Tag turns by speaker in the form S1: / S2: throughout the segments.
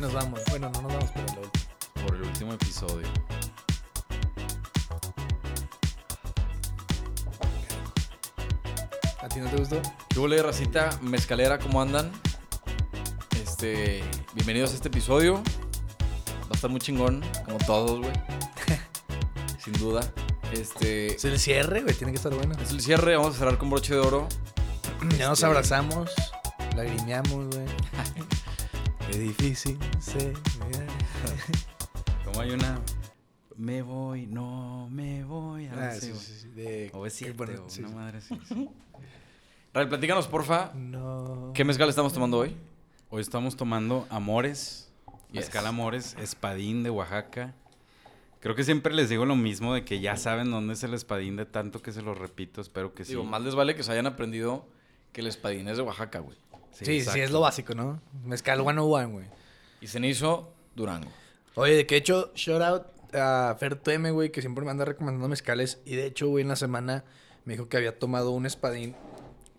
S1: nos vamos. Bueno, no nos vamos, pero lo último.
S2: por el último episodio.
S1: ¿A ti no te gustó?
S2: ¿Qué huele, racita? Mezcalera, ¿cómo andan? Este, bienvenidos a este episodio. Va a estar muy chingón, como todos, güey. Sin duda. Este,
S1: Es el cierre, güey. Tiene que estar bueno.
S2: es el cierre, vamos a cerrar con broche de oro.
S1: Ya nos
S2: Este-
S1: abrazamos, lagrimeamos, güey. Qué difícil se me da.
S2: Como hay una... Me voy, no me voy. algo
S1: Ah,
S2: así,
S1: sí,
S2: güey.
S1: sí, sí, de-
S2: O es siete,
S1: que poner-
S2: o
S1: sí,
S2: una
S1: sí.
S2: madre así, sí. Ray, platícanos, porfa.
S1: No.
S2: ¿Qué mezcal estamos tomando hoy?
S3: Hoy estamos tomando Amores,
S2: Yes.
S3: Mezcal Amores, Espadín de Oaxaca. Creo que siempre les digo lo mismo de que ya saben dónde es el Espadín de tanto que se lo repito, espero que sí.
S2: Digo, más les vale que se hayan aprendido que el espadín es de Oaxaca, güey.
S1: Sí, sí, es lo básico, ¿no? Mezcal 101, güey.
S2: Y cenizo, Durango.
S1: Oye, de que he hecho, shout out a Fer Teme, güey, que siempre me anda recomendando mezcales. Y de hecho, güey, en la semana me dijo que había tomado un espadín,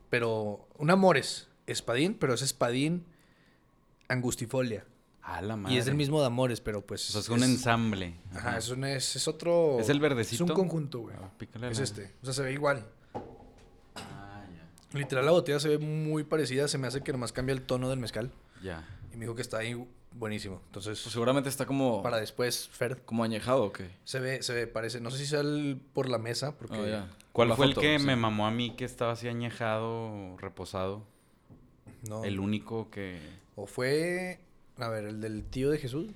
S1: pero un amores espadín, pero es espadín angustifolia.
S3: A la madre.
S1: Y es del mismo de amores, pero pues.
S3: O sea, es un ensamble.
S1: Ajá, es, un- es, es otro.
S3: ¿Es el verdecito?
S1: Es un conjunto, güey.
S3: Ah, pícale
S1: es
S3: la-
S1: este. O sea, se ve igual.
S3: Ah, ya.
S1: Literal, la botella se ve muy parecida. Se me hace que nomás cambia el tono del mezcal.
S3: Ya.
S1: Y me dijo que está ahí buenísimo. Entonces,
S2: Pues seguramente está como,
S1: para después, Fer,
S2: como añejado, ¿o qué?
S1: Se ve, se ve, parece. No sé si sale por la mesa, porque.
S3: Oh,
S2: Ah, ya.
S3: ¿Cuál
S2: La
S3: fue
S2: foto,
S3: el que
S2: sí.
S3: me mamó a mí que estaba así añejado, reposado?
S1: No.
S3: El único que...
S1: O fue. A ver, el del tío de Jesús.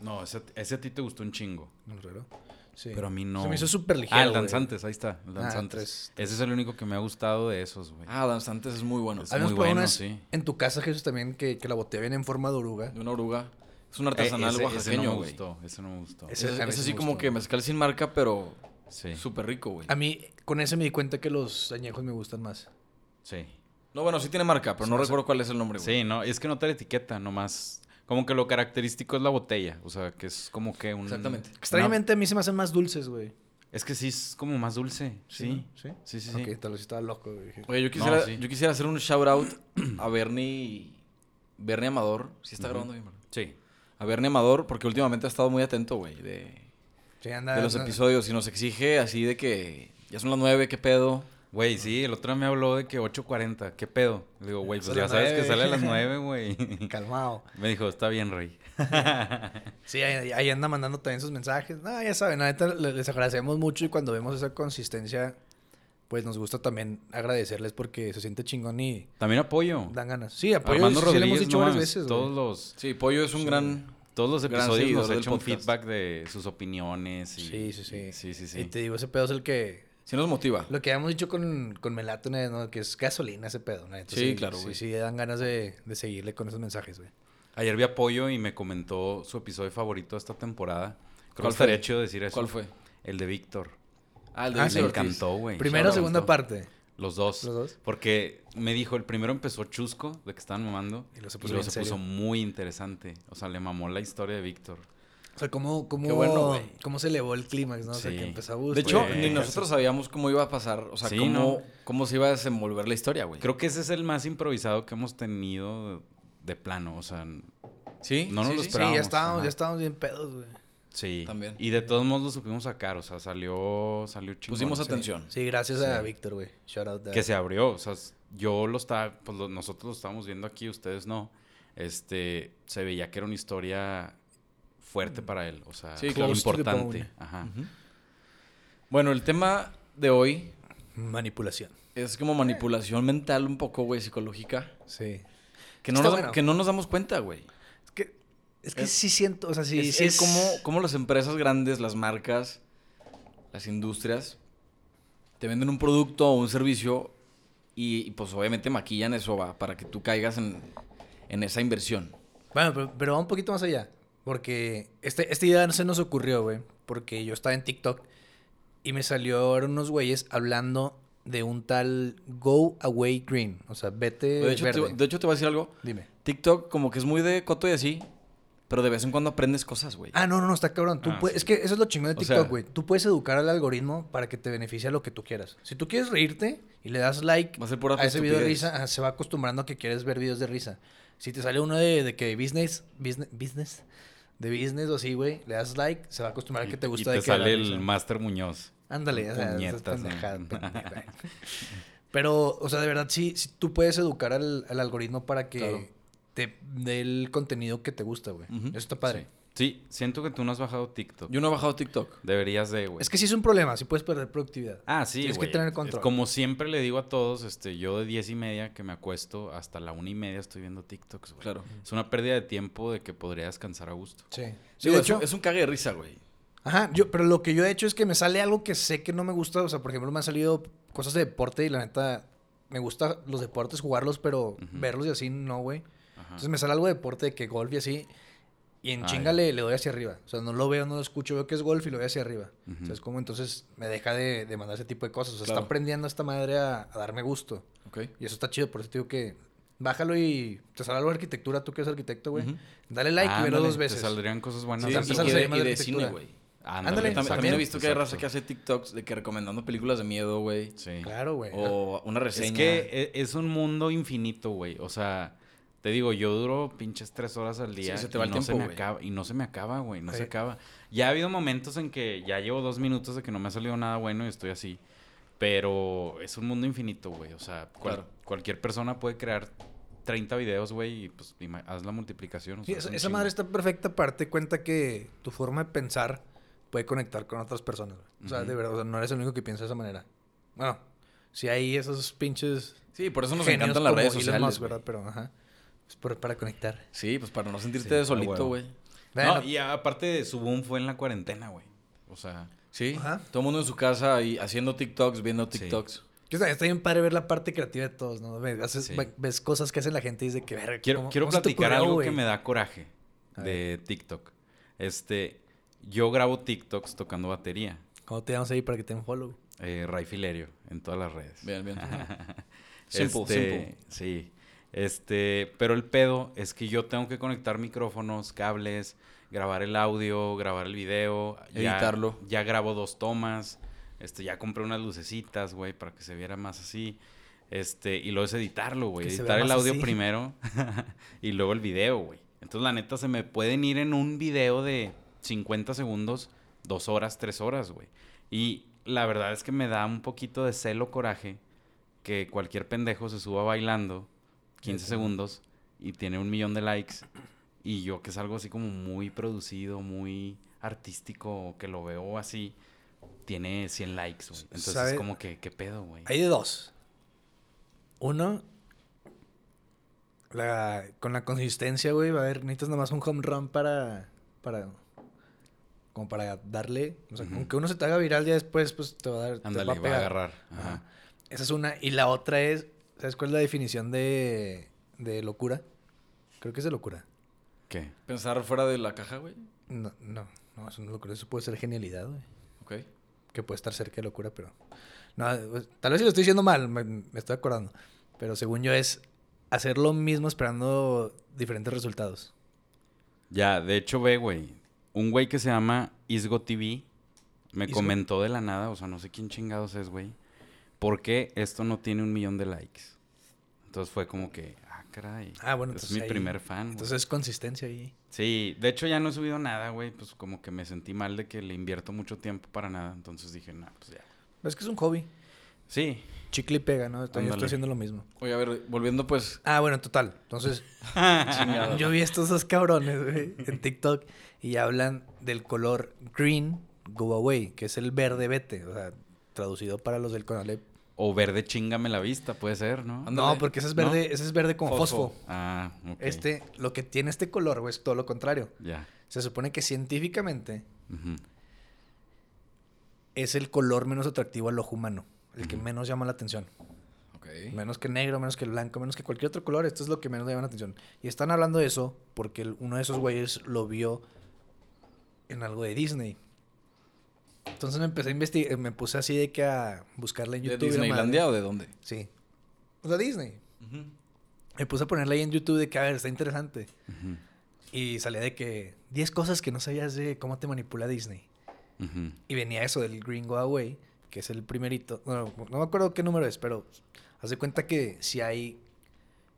S3: No, ese, ese a ti te gustó un chingo.
S1: El herrero. Sí.
S3: Pero a mí no.
S1: Se me hizo súper ligero.
S3: Ah, el
S1: güey.
S3: Danzantes, ahí está. El
S1: Ah,
S3: Danzantes.
S1: tres,
S3: Ese es el único que me ha gustado de esos, güey. Eh,
S2: Ah, danzantes es muy bueno.
S3: Es-
S1: Habíamos
S3: muy
S1: probado
S3: bueno,
S1: unas
S3: sí.
S1: En tu casa, Jesús, también, que, que la botella viene en forma de oruga.
S2: De una oruga. Es un artesanal
S3: Eh, ese- Ese no
S2: oaxaqueño,
S3: me
S2: güey.
S3: gustó, ese no me gustó.
S1: Es-
S2: Ese-
S1: Ese
S2: ese
S1: a mí sí
S2: sí
S1: me
S2: como
S1: gustó.
S2: que mezcal sin marca, pero
S3: Sí,
S2: súper rico, güey.
S1: A mí, con ese me di cuenta que los añejos me gustan más.
S3: sí.
S2: No, bueno, sí tiene marca, pero no
S1: Se me hace-
S2: recuerdo cuál es el nombre, güey.
S3: Sí, no, es que no trae etiqueta, nomás. Como que lo característico es la botella, o sea, que es como que un...
S2: Exactamente.
S3: una-
S1: Extrañamente, a mí se me hacen más dulces, güey.
S3: Es que sí, es como más dulce, sí.
S1: ¿Sí? ¿no?
S3: Sí, sí,
S1: Ok,
S3: sí.
S1: tal vez estaba loco, güey. Dije,
S2: Oye, yo quisiera,
S3: No, sí.
S2: yo quisiera hacer un shout out a Bernie. Bernie Amador. Sí está
S3: Ujú.
S2: grabando bien, ¿verdad?
S3: Sí.
S2: A Bernie Amador, porque últimamente ha estado muy atento, güey, de,
S1: sí, anda,
S2: de los
S1: anda-
S2: episodios. Y nos exige así de que ya son las nueve, ¿qué pedo?
S3: Güey, sí, el otro día me habló de que 8.40, ¿qué pedo? Le digo, güey, pues
S1: Son las
S3: ya sabes que
S1: nueve.
S3: sale a las 9, güey.
S1: Calmado.
S3: me dijo, está bien, rey.
S1: Sí, ahí, ahí anda mandando también sus mensajes. No, ya saben, la neta, le- les agradecemos mucho y cuando vemos esa consistencia, pues nos gusta también agradecerles porque se siente chingón y
S3: También apoyo.
S1: dan ganas. Sí, apoyo
S3: Armando
S1: sí, le
S3: Rodríguez,
S1: hemos dicho
S3: no
S1: varias
S3: mames,
S1: veces. güey.
S3: todos los...
S2: Sí, Pollo es un gran...
S3: Todos los
S2: Gran
S3: episodios
S2: seguidor
S3: nos ha
S2: del
S3: hecho un
S2: podcast.
S3: feedback de sus opiniones. Y,
S1: Sí, sí, sí.
S3: y- sí, sí, sí.
S1: Y te digo, ese pedo es el que...
S2: Sí nos motiva.
S1: Lo que habíamos dicho con, con Melato, ¿no? que es gasolina ese pedo. ¿no?
S2: Sí, claro,
S1: Sí,
S2: güey.
S1: sí, dan ganas de, de seguirle con esos mensajes, güey.
S3: Ayer vi apoyo y me comentó su episodio favorito de esta temporada. Creo
S2: ¿Cuál
S3: que estaría
S2: fue?
S3: chido decir eso.
S2: ¿Cuál fue?
S3: El de Víctor.
S2: Ah, el
S1: Ah,
S3: Me
S1: sí,
S2: Vicente Ortiz.
S3: encantó, güey.
S1: Primera,
S3: Shout out.
S1: segunda parte.
S3: Los dos.
S1: Los dos.
S3: Porque me dijo, el primero empezó chusco, de que estaban mamando.
S1: Y
S3: Y
S1: luego
S3: luego
S1: se
S3: se
S1: puso
S3: puso,
S1: bien serio.
S3: muy interesante. O sea, le mamó la historia de Víctor.
S1: O sea, cómo, cómo,
S2: Qué bueno, güey.
S1: cómo se elevó el clímax, ¿no? O sea,
S3: Sí.
S1: que empezó a
S2: De hecho,
S3: Pues, Güey.
S2: ni nosotros sabíamos cómo iba a pasar, o sea,
S3: Sí,
S2: cómo,
S3: ¿no?
S2: cómo se iba a desenvolver la historia, güey.
S3: Creo que ese es el más improvisado que hemos tenido de, de plano. O sea,
S2: Sí,
S3: no nos
S2: sí,
S3: lo
S2: sí.
S1: Sí, ya
S3: esperábamos,
S1: estábamos,
S3: ajá.
S1: ya estábamos bien pedos, güey.
S3: sí.
S2: También.
S3: Y de todos modos lo supimos sacar. O sea, salió, salió chingón.
S2: Pusimos
S3: Sí.
S2: atención.
S1: Sí, gracias a Víctor, güey. Shout out. a-
S3: que se abrió. O sea, s- yo lo estaba, pues lo- nosotros lo estábamos viendo aquí, ustedes no. Este, se veía que era una historia fuerte para él, o sea,
S2: Sí, claro.
S1: Close to the
S3: importante.
S1: bone.
S3: Ajá.
S2: Ujú. Bueno, el tema de hoy
S1: Manipulación.
S2: es como manipulación mental un poco, güey, psicológica.
S1: Sí.
S2: Que no,
S1: Está
S2: nos,
S1: bueno.
S2: que no nos damos cuenta, güey.
S1: Es que, es que sí siento, o sea, sí,
S2: es,
S1: sí
S2: es como, como las empresas grandes, las marcas, las industrias, te venden un producto o un servicio y, y, pues obviamente maquillan eso va, para que tú caigas en, en esa inversión.
S1: Bueno, pero, pero va un poquito más allá. Porque este, esta idea se nos ocurrió, güey. Porque yo estaba en TikTok y me salieron unos güeyes hablando de un tal Go Away Green. O sea, vete
S2: De hecho, te,
S1: Eh, verde.
S2: de hecho, te voy a decir algo.
S1: Dime.
S2: TikTok como que es muy de coto y así, pero de vez en cuando aprendes cosas, güey.
S1: Ah, no, no, no, está cabrón. Tú
S3: Ah,
S1: puedes-
S3: sí.
S1: Es que eso es lo chingón de
S2: O sea-
S1: TikTok, güey. tú puedes educar al algoritmo para que te beneficie a lo que tú quieras. Si tú quieres reírte y le das like
S2: Va a ser pura
S1: a ese video de
S2: estupidez.
S1: risa, ajá, se va acostumbrando a que quieres ver videos de risa. Si te sale uno de, de que business, business, business, de business o así, güey, le das like, se va a acostumbrar a que te gusta
S3: y
S1: de
S3: te
S1: que
S3: sale
S1: la
S3: el
S1: risa.
S3: Master Muñoz.
S1: Ándale, o sea, esas
S3: Puñetas,
S1: pendejadas,
S3: ¿no?
S1: pendejadas. Pero, o sea, de verdad, sí, sí tú puedes educar al, al algoritmo para que
S2: Claro.
S1: te dé el contenido que te gusta, güey.
S2: Ujú,
S1: Eso está padre.
S3: Sí. Sí, siento que tú no has bajado TikTok.
S2: Yo no he bajado TikTok.
S3: Deberías de, güey.
S1: Es que sí es un problema, sí puedes perder productividad.
S3: Ah, sí,
S1: Tienes que
S3: güey.
S1: tener
S3: Es
S1: control.
S3: Como siempre le digo a todos, este, yo de diez y media que me acuesto hasta la una y media estoy viendo TikToks, güey.
S2: Claro.
S3: Es una pérdida de tiempo de que podría descansar a gusto.
S1: Sí.
S2: Sí,
S1: Digo,
S2: de
S1: es un-
S2: hecho, es un cague de risa, güey.
S1: Ajá, yo, pero lo que yo he hecho es que me sale algo que sé que no me gusta. O sea, por ejemplo, me han salido cosas de deporte y la neta, me gusta los deportes, jugarlos, pero verlos y así no, güey.
S3: Ajá.
S1: Entonces me sale algo de deporte, de que golf y así. Y en
S3: Ah,
S1: chinga
S3: ya.
S1: le, le doy hacia arriba. O sea, no lo veo, no lo escucho, veo que es golf y lo doy hacia arriba.
S3: Ujú.
S1: O sea, es como entonces me deja de, de mandar ese tipo de cosas. O sea,
S2: Claro.
S1: está aprendiendo esta madre a, a darme gusto.
S2: Ok.
S1: Y eso está chido, por eso te digo que bájalo y te sale algo de arquitectura, tú que eres arquitecto, güey.
S2: Ujú.
S1: Dale like y
S3: Ándale,
S1: velo dos
S3: te
S1: veces.
S3: saldrían cosas buenas.
S2: Sí,
S1: te
S2: y,
S3: de
S1: empiezas a
S2: y
S1: hacer
S2: de,
S1: más
S2: y
S1: de
S2: de
S1: arquitectura.
S2: cine, güey.
S1: Ándale,
S3: Ándale,
S2: También,
S3: exacto,
S2: también he visto que hay
S3: exacto.
S2: raza que hace TikToks de que recomendando películas de miedo, güey.
S3: Sí.
S1: Claro, güey.
S2: O una reseña.
S3: Es que e- es un mundo infinito, güey. O sea, te digo, yo duro pinches tres horas al día.
S2: Sí, se te va
S3: y
S2: el
S3: no
S2: tiempo,
S3: me
S2: güey.
S3: acaba, y no se me acaba, güey. No
S1: Sí.
S3: se acaba. Ya ha habido momentos en que ya llevo dos minutos de que no me ha salido nada bueno y estoy así. Pero es un mundo infinito, güey. O sea, cual-
S2: Claro.
S3: cualquier persona puede crear 30 videos, güey, y pues ima- haz la multiplicación. o
S1: Sí,
S3: sea, es
S1: esa,
S3: un
S1: esa madre
S3: chingo.
S1: está perfecta para darte cuenta que tu forma de pensar puede conectar con otras personas. güey. O sea,
S3: Ujú.
S1: de verdad, o sea, no eres el único que piensa de esa manera. Bueno, si hay esos pinches.
S2: Sí, por eso nos
S1: genios
S2: encantan las
S1: como
S2: redes
S1: Elon
S2: sociales.
S1: Musk,
S2: güey.
S1: ¿verdad? Pero, ajá. Es por- para conectar.
S2: Sí, pues para no sentirte
S3: Sí, a
S2: solito,
S3: huevo.
S2: güey.
S1: Bueno,
S3: No, y aparte su boom fue en la cuarentena, güey. O sea,
S2: Sí,
S1: Ajá.
S2: todo el mundo en su casa y haciendo TikToks, viendo
S3: Sí.
S2: TikToks.
S1: que está, está bien padre ver la parte creativa de todos, ¿no? Ve- haces-
S3: Sí.
S1: ve- Ves, cosas que hace la gente y dices que, verga,
S3: Quiero,
S1: ¿cómo-
S3: quiero
S1: cómo se te
S3: platicar
S1: ocurrió,
S3: algo
S1: güey?"
S3: que me da coraje
S1: A
S3: de TikTok. Este, yo grabo TikToks tocando batería.
S1: ¿Cómo te vamos a ir para que te den follow?
S3: Eh, Ray Filerio, en todas las redes.
S2: Bien, bien. Simple,
S3: Este,
S2: simple.
S3: Sí. Este, pero el pedo es que yo tengo que conectar micrófonos, cables, grabar el audio, grabar el video, ya-
S2: Editarlo.
S3: Ya, grabo dos tomas. Este, ya compré unas lucecitas, güey, para que se viera más así. Este, y luego es editarlo, güey.
S1: Que se
S3: Editar
S1: vea
S3: el
S1: más
S3: audio
S1: así.
S3: primero y luego el video, güey. Entonces, la neta, se me pueden ir en un video de 50 segundos, dos horas, tres horas, güey. Y la verdad es que me da un poquito de celo coraje que cualquier pendejo se suba bailando 15 segundos y tiene un millón de likes. Y yo que es algo así como muy producido, muy artístico, que lo veo así, tiene 100 likes, güey. Entonces
S1: ¿Sabe?
S3: es como que, ¿qué pedo, güey?
S1: Hay de dos. Uno, la- con la consistencia, güey, va a haber, necesitas nomás un home run para, para, como para darle, o sea,
S3: Ujú.
S1: aunque uno se te haga viral ya después, pues te va a dar, te
S3: Ándale,
S1: va
S3: va
S1: a
S3: a,
S1: pegar.
S3: agarrar. Ajá.
S1: Ajá. Esa es una, y la otra es, ¿sabes cuál es la definición de, de locura? Creo que es de locura.
S3: ¿Qué?
S2: Pensar fuera de la caja, güey.
S1: No, no, no, eso no es locura, eso puede ser genialidad, güey.
S2: Ok.
S1: que puede estar cerca de locura, pero... No, pues, tal vez si lo estoy diciendo mal, me, me estoy acordando. Pero según yo es hacer lo mismo esperando diferentes resultados.
S3: Ya, de hecho ve, güey. Un güey que se llama Isgo TV me
S1: Isgo.
S3: comentó de la nada, o sea, no sé quién chingados es, güey. ¿Por qué esto no tiene un millón de likes? Entonces fue como que, ah, caray.
S1: Ah, bueno,
S3: es
S1: entonces
S3: mi
S1: ahí-
S3: primer fan. güey.
S1: Entonces es consistencia ahí.
S3: Sí, de hecho ya no he subido nada, güey. Pues como que me sentí mal de que le invierto mucho tiempo para nada. Entonces dije, no, pues ya.
S1: Es que es un hobby.
S3: Sí,
S1: Chicle y pega, ¿no? Estoy, yo estoy
S3: Ándale.
S1: haciendo lo mismo.
S2: Oye, a ver, volviendo pues.
S1: Ah, bueno, total. Entonces,
S2: Chingado.
S1: yo vi estos dos cabrones güey, en TikTok y hablan del color green go away, que es el verde vete. O sea, traducido para los del Conalep.
S3: o verde chingame la vista, puede ser, ¿no?
S2: Ándale.
S1: No, porque ese es verde, ese es verde como fosfo.
S2: Fosfo.
S3: Ah, ok.
S1: Este, lo que tiene este color, güey, es todo lo contrario.
S3: Ya.
S1: Se supone que científicamente
S3: Ujú.
S1: es el color menos atractivo al ojo humano, el que
S3: Ujú.
S1: menos llama la atención.
S2: Ok.
S1: Menos que negro, menos que el blanco, menos que cualquier otro color, esto es lo que menos llama la atención. Y están hablando de eso porque el- uno de esos güeyes lo vio en algo de Disney. Entonces me empecé a investigar, me puse así de que a buscarla en
S2: ¿De
S1: YouTube. y la
S2: Disneylandia
S1: madre.
S2: o de dónde?
S1: Sí. O sea, Disney. Me puse a ponerla ahí en YouTube de que, a ver, está interesante.
S3: Ujú.
S1: Y salía de que 10 cosas que no sabías de cómo te manipula Disney.
S3: Ujú.
S1: Y venía eso del Green Go Away, que es el primerito. Bueno, no me acuerdo qué número es, pero haz de cuenta que si hay,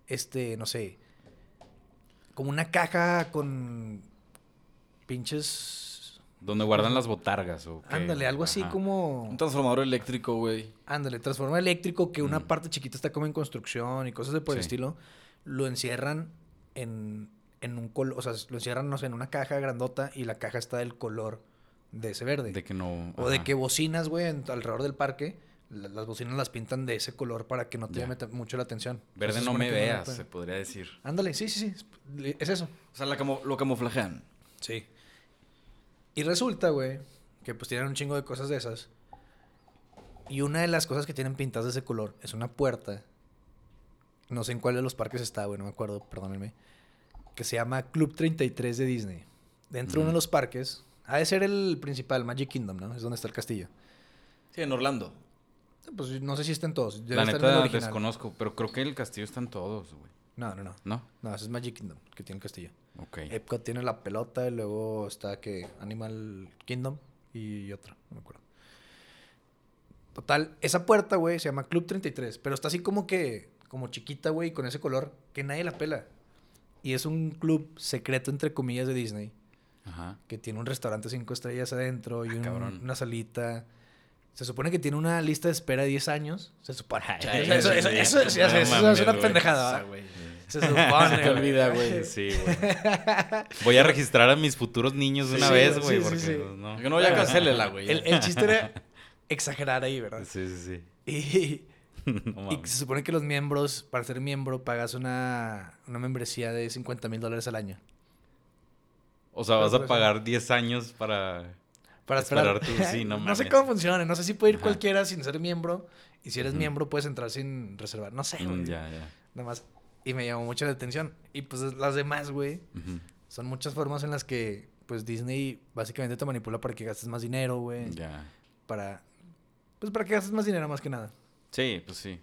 S1: este, no sé, como una caja con pinches.
S3: Donde guardan las botargas o qué?
S1: Ándale, algo así
S3: Ajá.
S2: Un
S1: como.
S2: transformador eléctrico, güey.
S1: Ándale, transforma eléctrico que una parte chiquita está como en construcción y cosas de por el
S3: Mm. Sí.
S1: estilo. Lo encierran en, en un color. O sea, lo encierran, no sé, en una caja grandota y la caja está del color de ese verde.
S3: De que no...
S1: O de
S3: ajá.
S1: que bocinas, güey, en- alrededor del parque, la- las bocinas las pintan de ese color para que no te
S3: Ya.
S1: llame ta- mucho la atención.
S3: Verde
S1: Se
S3: no
S1: supone
S3: me
S1: que pues. le
S3: veas,
S1: pueden-
S3: se podría decir.
S1: Ándale, sí, sí, sí. es- le- Es eso.
S2: O sea, la camo- lo camuflajean.
S1: Sí. Y resulta, güey, que pues tienen un chingo de cosas de esas. Y una de las cosas que tienen pintadas de ese color es una puerta. No sé en cuál de los parques está, güey, no me acuerdo, perdónenme. Que se llama Club 33 de Disney. Dentro de uno de
S3: Mm.
S1: los parques, ha de ser el principal, Magic Kingdom, ¿no? Es donde está el castillo.
S2: Sí, en Orlando.
S1: Pues no sé si estén todos. Debe
S3: La
S1: estar en el
S3: neta
S1: original.
S3: desconozco, pero creo que el castillo están todos, güey.
S1: No, no, no.
S3: ¿No?
S1: No, ese es Magic Kingdom, que tiene el castillo.
S3: Ok.
S1: Epcot tiene la pelota y luego está que Animal Kingdom y otra, no me acuerdo. Total, esa puerta, güey, se llama Club 33, pero está así como que, como chiquita, güey, con ese color que nadie la pela. Y es un club secreto, entre comillas, de Disney,
S3: Ajá.
S1: que tiene un restaurante cinco estrellas adentro y un-
S3: Ah, cabrón.
S1: una salita. Se supone que tiene una lista de espera de 10 años. Se supone. Eso, eso, eso, eso- eso-
S3: No
S1: eso es
S3: mames,
S1: una
S3: güey.
S1: pendejada. ¿va? Se supone.
S2: Te olvida,
S1: güey.
S2: güey.
S3: Sí, güey. Voy a registrar a mis futuros niños de
S1: Sí,
S3: una
S1: sí,
S3: vez,
S1: sí,
S3: güey.
S1: sí,
S3: porque
S1: sí.
S3: no.
S2: Que no, ya cancélela, güey.
S1: El, el chiste era exagerar ahí, ¿verdad?
S3: Sí, sí, sí.
S1: Y,
S3: No
S1: y
S3: mames.
S1: se supone que los miembros, para ser miembro, pagas una, una membresía de 50 mil dólares al año.
S3: O sea, vas
S1: Pero por
S3: a
S1: eso-
S3: pagar 10 años para.
S1: Para esperar.
S3: Esperar tú, sí, no
S1: sé
S3: mames.
S1: cómo funciona, no sé si puede ir
S3: Ajá.
S1: cualquiera sin ser miembro. Y si eres
S3: Ujú.
S1: miembro, puedes entrar sin reservar. No sé,
S3: Mm,
S1: güey.
S3: ya, ya.
S1: Nada más. Y me llamó mucho la atención. Y pues las demás, güey,
S3: Ujú.
S1: son muchas formas en las que pues Disney básicamente te manipula para que gastes más dinero, güey.
S3: Ya.
S1: Para. Pues para que gastes más dinero, más que nada.
S3: Sí, pues sí.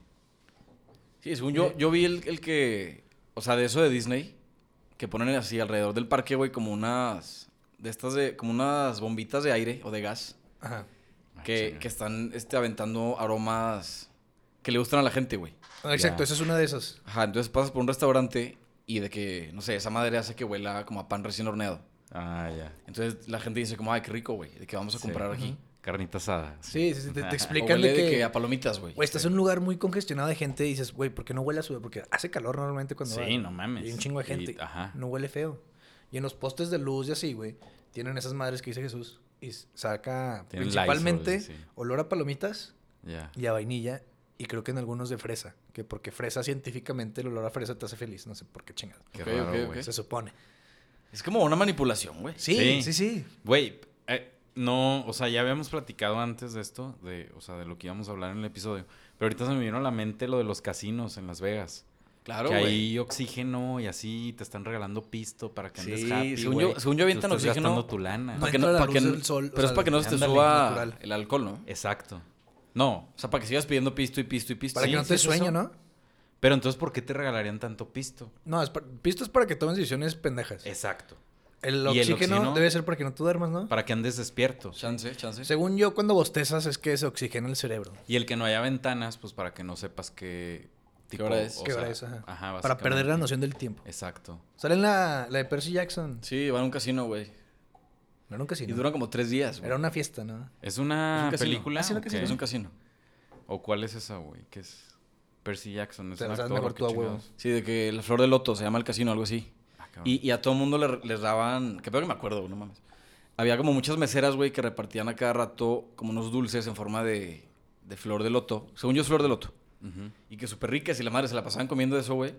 S2: Sí, según yo, yo vi el, el que. O sea, de eso de Disney. Que ponen así alrededor del parque, güey, como unas. De estas de. Como unas bombitas de aire o de gas.
S1: Ajá.
S3: Ah,
S2: Que,
S3: chinga.
S2: que están este, aventando aromas que le gustan a la gente, güey.
S1: Ah, Exacto,
S3: Ya.
S1: esa es una de esas.
S2: Ajá, entonces pasas por un restaurante y de que, no sé, esa madre hace que huela como a pan recién horneado.
S3: Ah, ya.
S2: Entonces la gente dice como, ay, qué rico, güey, de que vamos a
S3: Sí.
S2: comprar aquí.
S1: Ujú.
S3: Carnita asada.
S1: Sí, sí, sí, te, te
S2: O
S1: explican
S2: huele
S1: de que,
S2: a palomitas, güey.
S1: güey, estás en un lugar muy congestionado de gente y dices, güey, ¿por qué no huele a sudor? Porque hace calor normalmente cuando
S3: Sí,
S1: va.
S3: no mames.
S1: Y hay un chingo de
S3: Y-
S1: gente.
S3: ajá.
S1: No huele feo. Y en los postes de luz y así, güey, tienen esas madres que dice Jesús y s- saca
S3: Tienen
S1: principalmente
S3: Lysol, sí.
S1: olor a palomitas
S3: Ya.
S1: y a vainilla y creo que en algunos de fresa, que porque fresa científicamente el olor a fresa te hace feliz, no sé por qué chingado.
S3: Qué
S2: Ok,
S3: raro,
S2: ok, ok.
S3: güey.
S1: Se supone.
S2: Es como una manipulación, güey.
S1: Sí, sí, sí.
S3: Güey, eh, no, o sea, ya habíamos platicado antes de esto, de, o sea, de lo que íbamos a hablar en el episodio. Pero ahorita se me vino a la mente lo de los casinos en Las Vegas.
S2: Claro,
S3: que
S2: güey.
S3: hay oxígeno y así te están regalando pisto para que andes
S2: Sí,
S3: happy,
S2: según
S3: güey.
S2: yo- según yo
S3: Tú
S2: avientan
S3: estás
S2: oxígeno
S3: gastando tu lana.
S1: No
S2: Para que
S1: entra la
S2: para que
S1: luz del sol, o
S2: Pero es
S1: sea,
S2: para que no se te
S1: ándale,
S2: suba
S1: natural.
S2: el alcohol, ¿no?
S3: Exacto. No,
S2: O sea, para que sigas pidiendo pisto y pisto y pisto.
S1: Para
S3: Sí,
S1: que no
S3: sí
S1: te
S3: es
S1: sueño,
S3: eso.
S1: ¿no?
S3: pero entonces ¿por qué te regalarían tanto pisto?
S1: No, es pa- pisto es para que tomes decisiones pendejas.
S3: Exacto.
S1: El
S3: y el
S1: oxígeno,
S3: oxígeno-
S1: debe ser para que no tú duermas, ¿no?
S3: Para que andes despierto.
S2: Chance, chance.
S1: Según yo, cuando bostezas es que se oxigena el cerebro.
S3: Y el que no haya ventanas, pues para que no sepas qué tipo-
S2: hora es?
S3: o
S1: ¿Qué hora
S3: sea,
S1: es? Ajá.
S3: ajá,
S1: Para perder la
S3: básicamente.
S1: noción del tiempo.
S3: Exacto.
S1: Sale en la, la de Percy Jackson.
S2: Sí, van a un casino, güey.
S1: No era un
S2: Y
S1: casino.
S2: duran como tres días, güey.
S1: Era una fiesta, ¿no?
S3: ¿Es una
S2: casino.
S3: película?
S1: Ah, sí, una
S3: o
S1: que
S2: Sí,
S3: qué?
S2: Es un casino.
S3: ¿O cuál es esa, güey? ¿Qué es? Percy Jackson. ¿Es
S1: Te
S3: un
S1: la sabes
S3: actor?
S1: mejor
S3: o qué
S1: tú a huevo.
S3: chingados?
S2: Sí, de que la flor de loto se llama el casino, algo así.
S3: Ah, cabrón.
S2: Y, y a todo mundo le- les daban. Que peor que me acuerdo, güey, no mames. Había como muchas meseras, güey, que repartían a cada rato como unos dulces en forma de, de flor de loto. Según yo, es flor de loto.
S3: Ujú.
S2: Y que súper ricas y la madre se la pasaban comiendo eso, güey.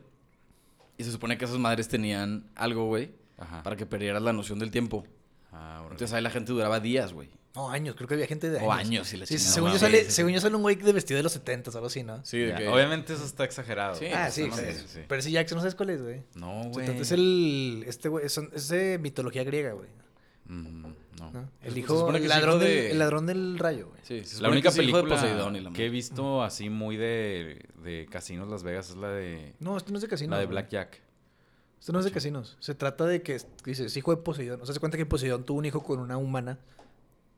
S2: Y se supone que esas madres tenían algo, güey,
S3: Ajá.
S2: para que perdieras la noción del tiempo.
S3: Ah, órale.
S2: Entonces ahí la gente duraba días, güey.
S1: No, años. Creo que había gente de años.
S2: O años, y la
S1: Sí,
S2: chingada.
S1: según, yo
S2: Sí,
S1: sale,
S2: sí, sí.
S1: según yo sale un güey de vestido de los 70 o algo así, ¿no?
S2: Sí, de
S3: Ya,
S2: que-
S3: Obviamente eso está exagerado.
S2: Sí,
S1: ah, sí,
S2: no
S1: sí,
S2: mames,
S1: sí. Percy Jackson, ¿no sabes cuál es, güey?
S3: No,
S1: Se
S3: güey.
S1: trata- Es el... Este güey... son- Es de mitología griega, güey.
S3: Mm, no.
S1: ¿no?
S2: Pues,
S1: El
S2: se
S1: hijo...
S2: supone que
S1: El
S2: es
S1: ladrón,
S2: hijo de-
S1: del, el ladrón del rayo, güey.
S2: Sí, se
S3: La
S2: supone que
S3: única
S2: es hijo de
S3: película
S2: Poseidón y la
S3: que he
S2: madre.
S3: visto así muy de, de casinos Las Vegas es la de
S1: No, esto no es de casinos.
S3: la de
S1: güey.
S3: Black Jack.
S1: Esto no es de casinos. Se trata de que, que dices, hijo de Poseidón. O sea, se cuenta que Poseidón tuvo un hijo con una humana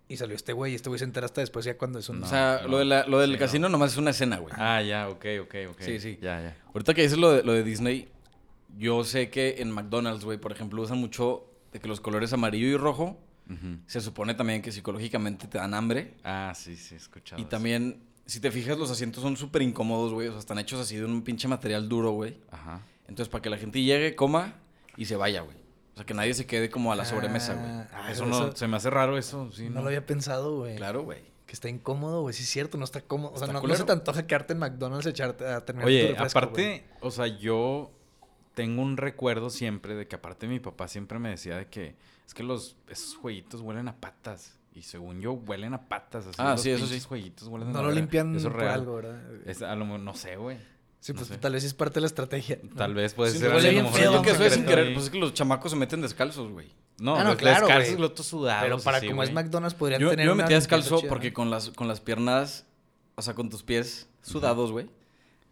S1: y salió este güey. Y este güey se entera hasta después, ya cuando es un.
S2: o sea,
S3: No, Ah.
S2: lo, de la- lo del
S3: sí,
S2: casino nomás es una escena, güey.
S3: Ah, ya, ok, ok, ok.
S2: Sí, sí.
S3: Ya, ya.
S2: Ahorita que dices lo de, lo de Disney, Yo sé que en McDonald's, güey, por ejemplo, usan mucho de que los colores amarillo y rojo
S3: Ujú.
S2: se supone también que psicológicamente te dan hambre.
S3: Ah, sí, sí, he escuchado.
S2: Y
S3: eso.
S2: también, si te fijas, los asientos son súper incómodos, güey. O sea, están hechos así de un pinche material duro, güey.
S3: Ajá.
S2: Entonces, para que la gente llegue, coma y se vaya, güey. O sea, que nadie se quede como a la sobremesa,
S1: Ah,
S2: güey.
S1: ah,
S3: eso no,
S1: eso-
S3: se me hace raro eso. Sí,
S1: No lo había pensado, güey.
S2: Claro, güey.
S1: Que está incómodo, güey. Sí, es cierto, no está cómodo. O sea,
S2: Está
S1: no, no
S2: culero.
S1: se te antoja quedarte en McDonald's a, echarte, a terminar tu
S3: Oye,
S1: refresco,
S3: aparte,
S1: güey.
S3: o sea, yo tengo un recuerdo siempre de que aparte mi papá siempre me decía de que es que los esos jueguitos huelen a patas y según yo huelen a patas. Así
S2: Ah,
S3: los
S2: sí, eso sí.
S3: pinches jueguitos huelen a
S1: No
S3: la
S1: lo
S3: verga.
S1: limpian
S3: Eso es
S1: por
S3: real.
S1: algo, ¿verdad?
S3: Es, a lo mejor- no sé, güey.
S1: sí,
S3: no
S1: pues
S3: sé.
S1: tal vez sí es parte de la estrategia.
S3: Tal vez puede
S1: Sí,
S3: ser.
S1: huele
S3: así, a lo
S1: bien
S3: mejor
S1: feo,
S2: Yo
S3: algo
S2: creo que eso es sin
S3: secreto
S2: querer.
S3: ahí.
S2: Pues es que los chamacos se meten descalzos, güey.
S3: No, pues,
S1: Ah, no,
S3: los
S1: claro,
S3: descalzos
S1: güey.
S3: los otros sudados.
S1: Pero para
S3: así,
S1: como es
S3: güey.
S1: McDonald's podrían
S2: Yo,
S1: tener
S2: yo me
S1: una
S2: metía
S1: limpieza
S2: descalzo
S1: chida,
S2: porque
S1: ¿no?
S2: con las, con las piernas, o sea, con tus pies sudados, güey.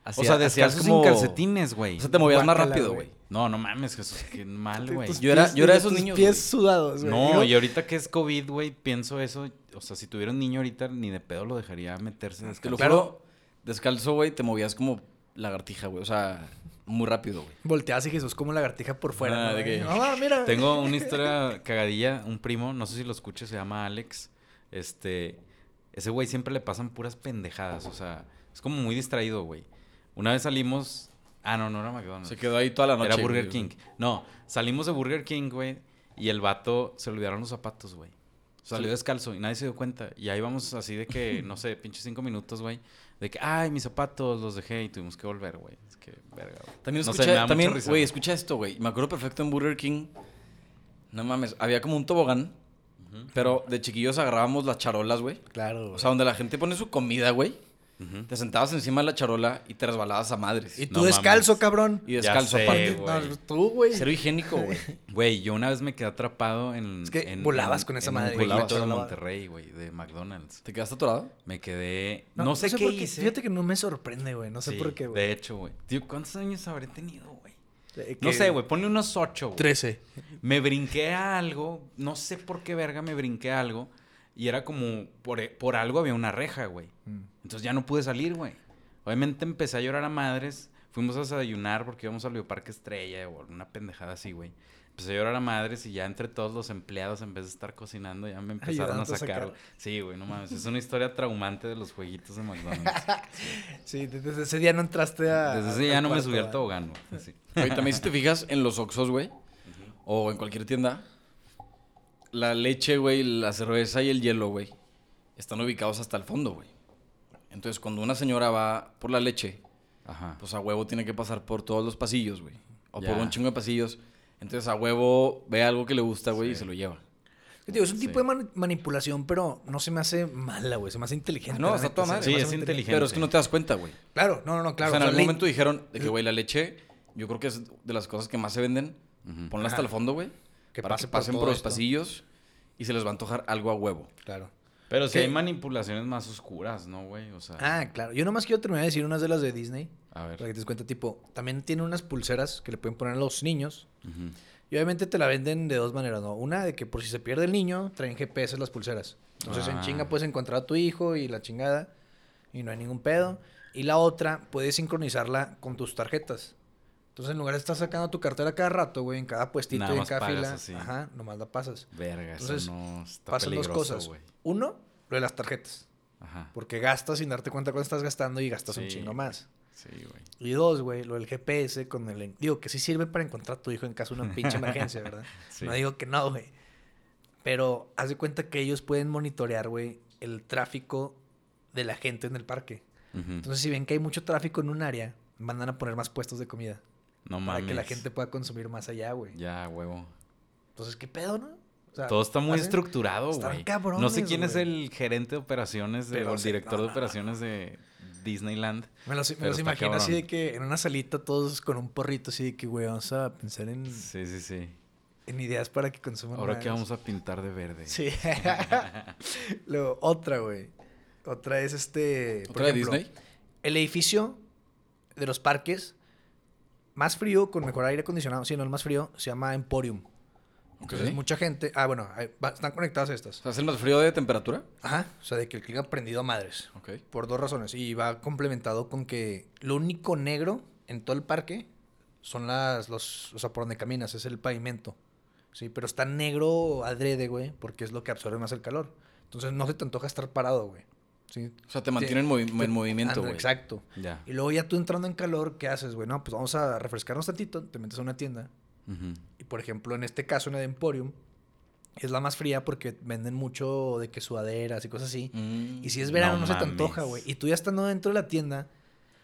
S3: O
S2: hacía-
S3: sea,
S2: hacías
S3: descalzos
S2: como-
S3: sin calcetines, güey.
S2: O sea, te movías más
S1: Guácala,
S2: rápido,
S1: güey.
S2: güey.
S3: No, no mames, Jesús, qué mal, güey.
S1: Tus
S2: Yo era-
S1: pies-
S2: yo era de
S1: tus
S2: esos niños,
S1: pies
S2: Pues, güey.
S1: sudados, güey.
S3: No,
S1: Yo-
S3: y ahorita que es COVID, güey, pienso eso. O sea, si tuviera un niño ahorita, ni de pedo lo dejaría meterse
S2: Ah, Te
S3: descalzo.
S2: lo
S1: Claro.
S2: juro, descalzo, güey, te movías como lagartija, güey. O sea, muy rápido, güey.
S1: Volteas y Jesús como lagartija por fuera.
S2: Ah,
S1: ¿no,
S2: de
S1: güey?
S2: que-
S1: Mamá, mira.
S3: Tengo una historia cagadilla, un primo, no sé si lo escuches, se llama Alex. Este, ese güey siempre le pasan puras pendejadas, o sea, es como muy distraído, güey. Una vez salimos, ah, no, no era McDonald's.
S2: Se quedó ahí toda la noche.
S3: Era Burger
S2: güey.
S3: King. No, salimos de Burger King, güey, y el vato se olvidaron los zapatos, güey. Salió
S2: Sí.
S3: descalzo y nadie se dio cuenta. Y ahí vamos así de que, no sé, pinche cinco minutos, güey. De que, ay, mis zapatos los dejé y tuvimos que volver, güey. Es que, verga, güey.
S2: También
S3: No sé,
S2: escuché,
S3: me da mucha
S2: también,
S3: risa,
S2: güey, escucha esto, güey. Me acuerdo perfecto en Burger King. No mames, había como un tobogán, pero de chiquillos agarrábamos las charolas, güey.
S1: Claro,
S2: O
S1: güey.
S2: sea, donde la gente pone su comida, güey.
S3: Ujú.
S2: Te sentabas encima de la charola y te resbalabas a madres.
S1: y
S2: Y,
S1: tú
S3: no
S1: descalzo,
S3: mames.
S1: cabrón.
S3: Ya
S2: descalzo,
S3: sé,
S2: aparte.
S3: güey.
S1: No, pues, tú, güey.
S2: Cero higiénico, güey.
S3: Güey, yo una vez me quedé atrapado en.
S1: Es que
S3: en-
S1: volabas
S3: en-
S1: con esa
S3: en
S1: madre,
S3: Un
S1: güey,
S3: jueguito de
S1: volabas.
S3: Monterrey, güey, de McDonald's.
S2: ¿Te quedaste atorado?
S3: Me quedé. No, sé, qué
S1: por qué.
S3: hice.
S1: Fíjate que no me sorprende, güey. No sé
S3: Sí,
S1: por qué, güey.
S3: De hecho, güey. Tío, ¿cuántos años habré tenido, güey?
S1: De que-
S3: No sé, güey. Ponle unos ocho, güey.
S1: 13.
S3: Me brinqué a algo, no sé por qué verga me brinqué a algo. Y era como, por, por algo había una reja, güey.
S1: Mm.
S3: Entonces ya no pude salir, güey. Obviamente empecé a llorar a madres. Fuimos a desayunar porque íbamos al Bioparque Estrella o alguna pendejada así, güey. Empecé a llorar a madres y ya entre todos los empleados, en vez de estar cocinando, ya me empezaron a
S1: Ayudándote a
S3: sacar.
S1: sacar.
S3: güey. Sí, güey, no mames. Es una historia traumante de los jueguitos de McDonald's.
S1: Sí, de- desde ese día no entraste a.
S3: Desde ese ya no me subí al
S1: todo.
S3: tobogán, güey. Así.
S2: Oye, también si te fijas en los Oxxos, güey, o en cualquier tienda, la leche, güey, la cerveza y el hielo, güey, están ubicados hasta el fondo, güey. Entonces, cuando una señora va por la leche,
S3: Ajá.
S2: pues a huevo tiene que pasar por todos los pasillos, güey. O
S3: Ya.
S2: por un chingo de pasillos. Entonces, a huevo ve algo que le gusta, güey, y
S3: Sí.
S2: se lo lleva.
S1: Digo, es un tipo
S3: Sí.
S1: de mani- manipulación, pero no se me hace mala, güey. Se me hace inteligente.
S2: Ah, no,
S1: la
S2: está
S1: neta,
S2: toda
S1: se me
S2: madre.
S3: Sí,
S1: hace
S3: es
S1: muy
S3: inteligente.
S2: Pero es que no te das cuenta, güey.
S1: Claro, no, no, no,
S2: o
S1: claro.
S2: sea, en
S1: o sea,
S2: algún
S1: la-
S2: momento dijeron de que, güey, la leche, yo creo que es de las cosas que más se venden.
S3: Ujú.
S2: Ponla hasta el fondo, güey.
S1: Que
S2: para
S1: pase
S2: que
S1: por
S2: pasen
S1: todo
S2: por, los
S1: esto.
S2: pasillos y se les va a antojar algo a huevo.
S1: Claro.
S3: Pero sí
S1: ¿Qué?
S3: hay manipulaciones más oscuras, ¿no, güey? O sea,
S1: Ah, claro. Yo nomás quiero terminar de decir unas de las de Disney.
S3: a ver.
S1: Para que te des cuenta, tipo, también tiene unas pulseras que le pueden poner a los niños.
S3: Ujú.
S1: Y obviamente te la venden de dos maneras, ¿no? Una de que por si se pierde el niño, traen GPS las pulseras. Entonces en
S3: Ah.
S1: chinga puedes encontrar a tu hijo y la chingada. Y no hay ningún pedo. Y la otra, puedes sincronizarla con tus tarjetas. Entonces en lugar de estar sacando tu cartera cada rato, güey, en cada puestito
S3: Nada
S1: y en
S3: más
S1: cada
S3: pagas
S1: fila.
S3: así.
S1: Ajá, nomás la pasas.
S3: Verga, eso
S1: Entonces,
S3: no está
S1: Pasan dos
S3: peligroso,
S1: cosas.
S3: güey.
S1: Uno, lo de las tarjetas.
S3: Ajá.
S1: Porque gastas sin darte cuenta cuánto estás gastando y gastas un
S3: Sí.
S1: chingo más.
S3: Sí, güey.
S1: Y dos, güey, lo del GPS con el... Digo, que sí sirve para encontrar a tu hijo en caso de una pinche emergencia, ¿verdad?
S3: Sí.
S1: No digo que no, güey. Pero haz de cuenta que ellos pueden monitorear, güey, el tráfico de la gente en el parque.
S3: Ujú.
S1: Entonces, si ven que hay mucho tráfico en un área, mandan a poner más puestos de comida.
S3: no
S1: para
S3: mames.
S1: que la gente pueda consumir más allá, güey.
S3: Ya, huevo.
S1: Entonces, ¿qué pedo, no? O sea,
S3: Todo está muy
S1: hacen-
S3: estructurado,
S1: Ah, están
S3: güey.
S1: cabrones,
S3: No sé quién es
S1: güey.
S3: el gerente de operaciones de,
S1: Pero
S3: o el
S1: sí,
S3: director
S1: no,
S3: de operaciones de Disneyland.
S1: Me los, me
S3: Pero
S1: los
S3: está
S1: imagino así
S3: cabrón.
S1: de que en una salita todos con un porrito así de que, güey, vamos a pensar en,
S3: Sí, sí, sí.
S1: en ideas para que consuman
S3: Ahora que
S1: más".
S3: vamos a pintar de verde.
S1: Sí. Luego, otra, güey. Otra es este. por
S2: ¿Otra de
S1: ejemplo,
S2: Disney?
S1: El edificio de los parques más frío, con mejor aire acondicionado, sí, no el más frío, se llama Emporium. Entonces,
S2: Ok.
S1: mucha gente. Ah, bueno, ahí va- están conectadas
S2: O
S1: estas.
S2: sea, ¿es el más frío de temperatura?
S1: Ajá. O sea, de que el clima ha prendido a madres.
S2: Ok.
S1: Por dos razones. Y va complementado con que lo único negro en todo el parque son las, los, o sea, por donde caminas, es el pavimento. Sí, pero está negro adrede, güey, porque es lo que absorbe más el calor. Entonces no se te antoja estar parado, güey. Sí.
S2: O sea, te mantiene en, movi-
S1: te-
S2: en movimiento,
S1: anda,
S2: güey.
S1: Exacto.
S3: Ya.
S1: Y luego ya tú entrando en calor, ¿qué haces, güey? No, pues vamos a refrescarnos tantito, te metes a una tienda.
S3: Ujú.
S1: Y por ejemplo, en este caso, en el Emporium, es la más fría porque venden mucho de que sudaderas y cosas así.
S2: Mm.
S1: Y si es verano, no,
S3: No
S1: se te
S3: mames.
S1: antoja, güey. Y tú ya estando dentro de la tienda,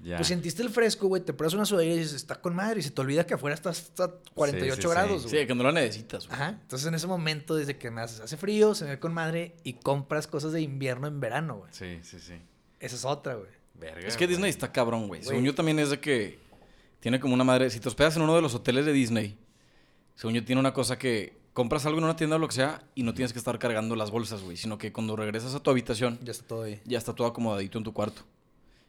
S3: Ya.
S1: pues sentiste el fresco, güey. Te pones una sudadera y dices, está con madre. Y se te olvida que afuera está hasta 48
S3: Sí, sí, sí.
S1: grados, güey.
S2: Sí, que no la necesitas, güey.
S1: Ajá. Entonces en ese momento, desde que me haces- hace frío, se me ve con madre y compras cosas de invierno en verano, güey.
S3: Sí, sí, sí.
S1: Esa es otra, güey.
S3: Verga,
S2: Es que
S3: güey.
S2: Disney está cabrón, güey. Según
S1: Güey.
S2: yo también es de que tiene como una madre. Si te hospedas en uno de los hoteles de Disney, según yo tiene una cosa que compras algo en una tienda o lo que sea y no tienes que estar cargando las bolsas, güey. Sino que cuando regresas a tu habitación
S1: Ya está todo ahí.
S2: ya está todo acomodadito en tu cuarto.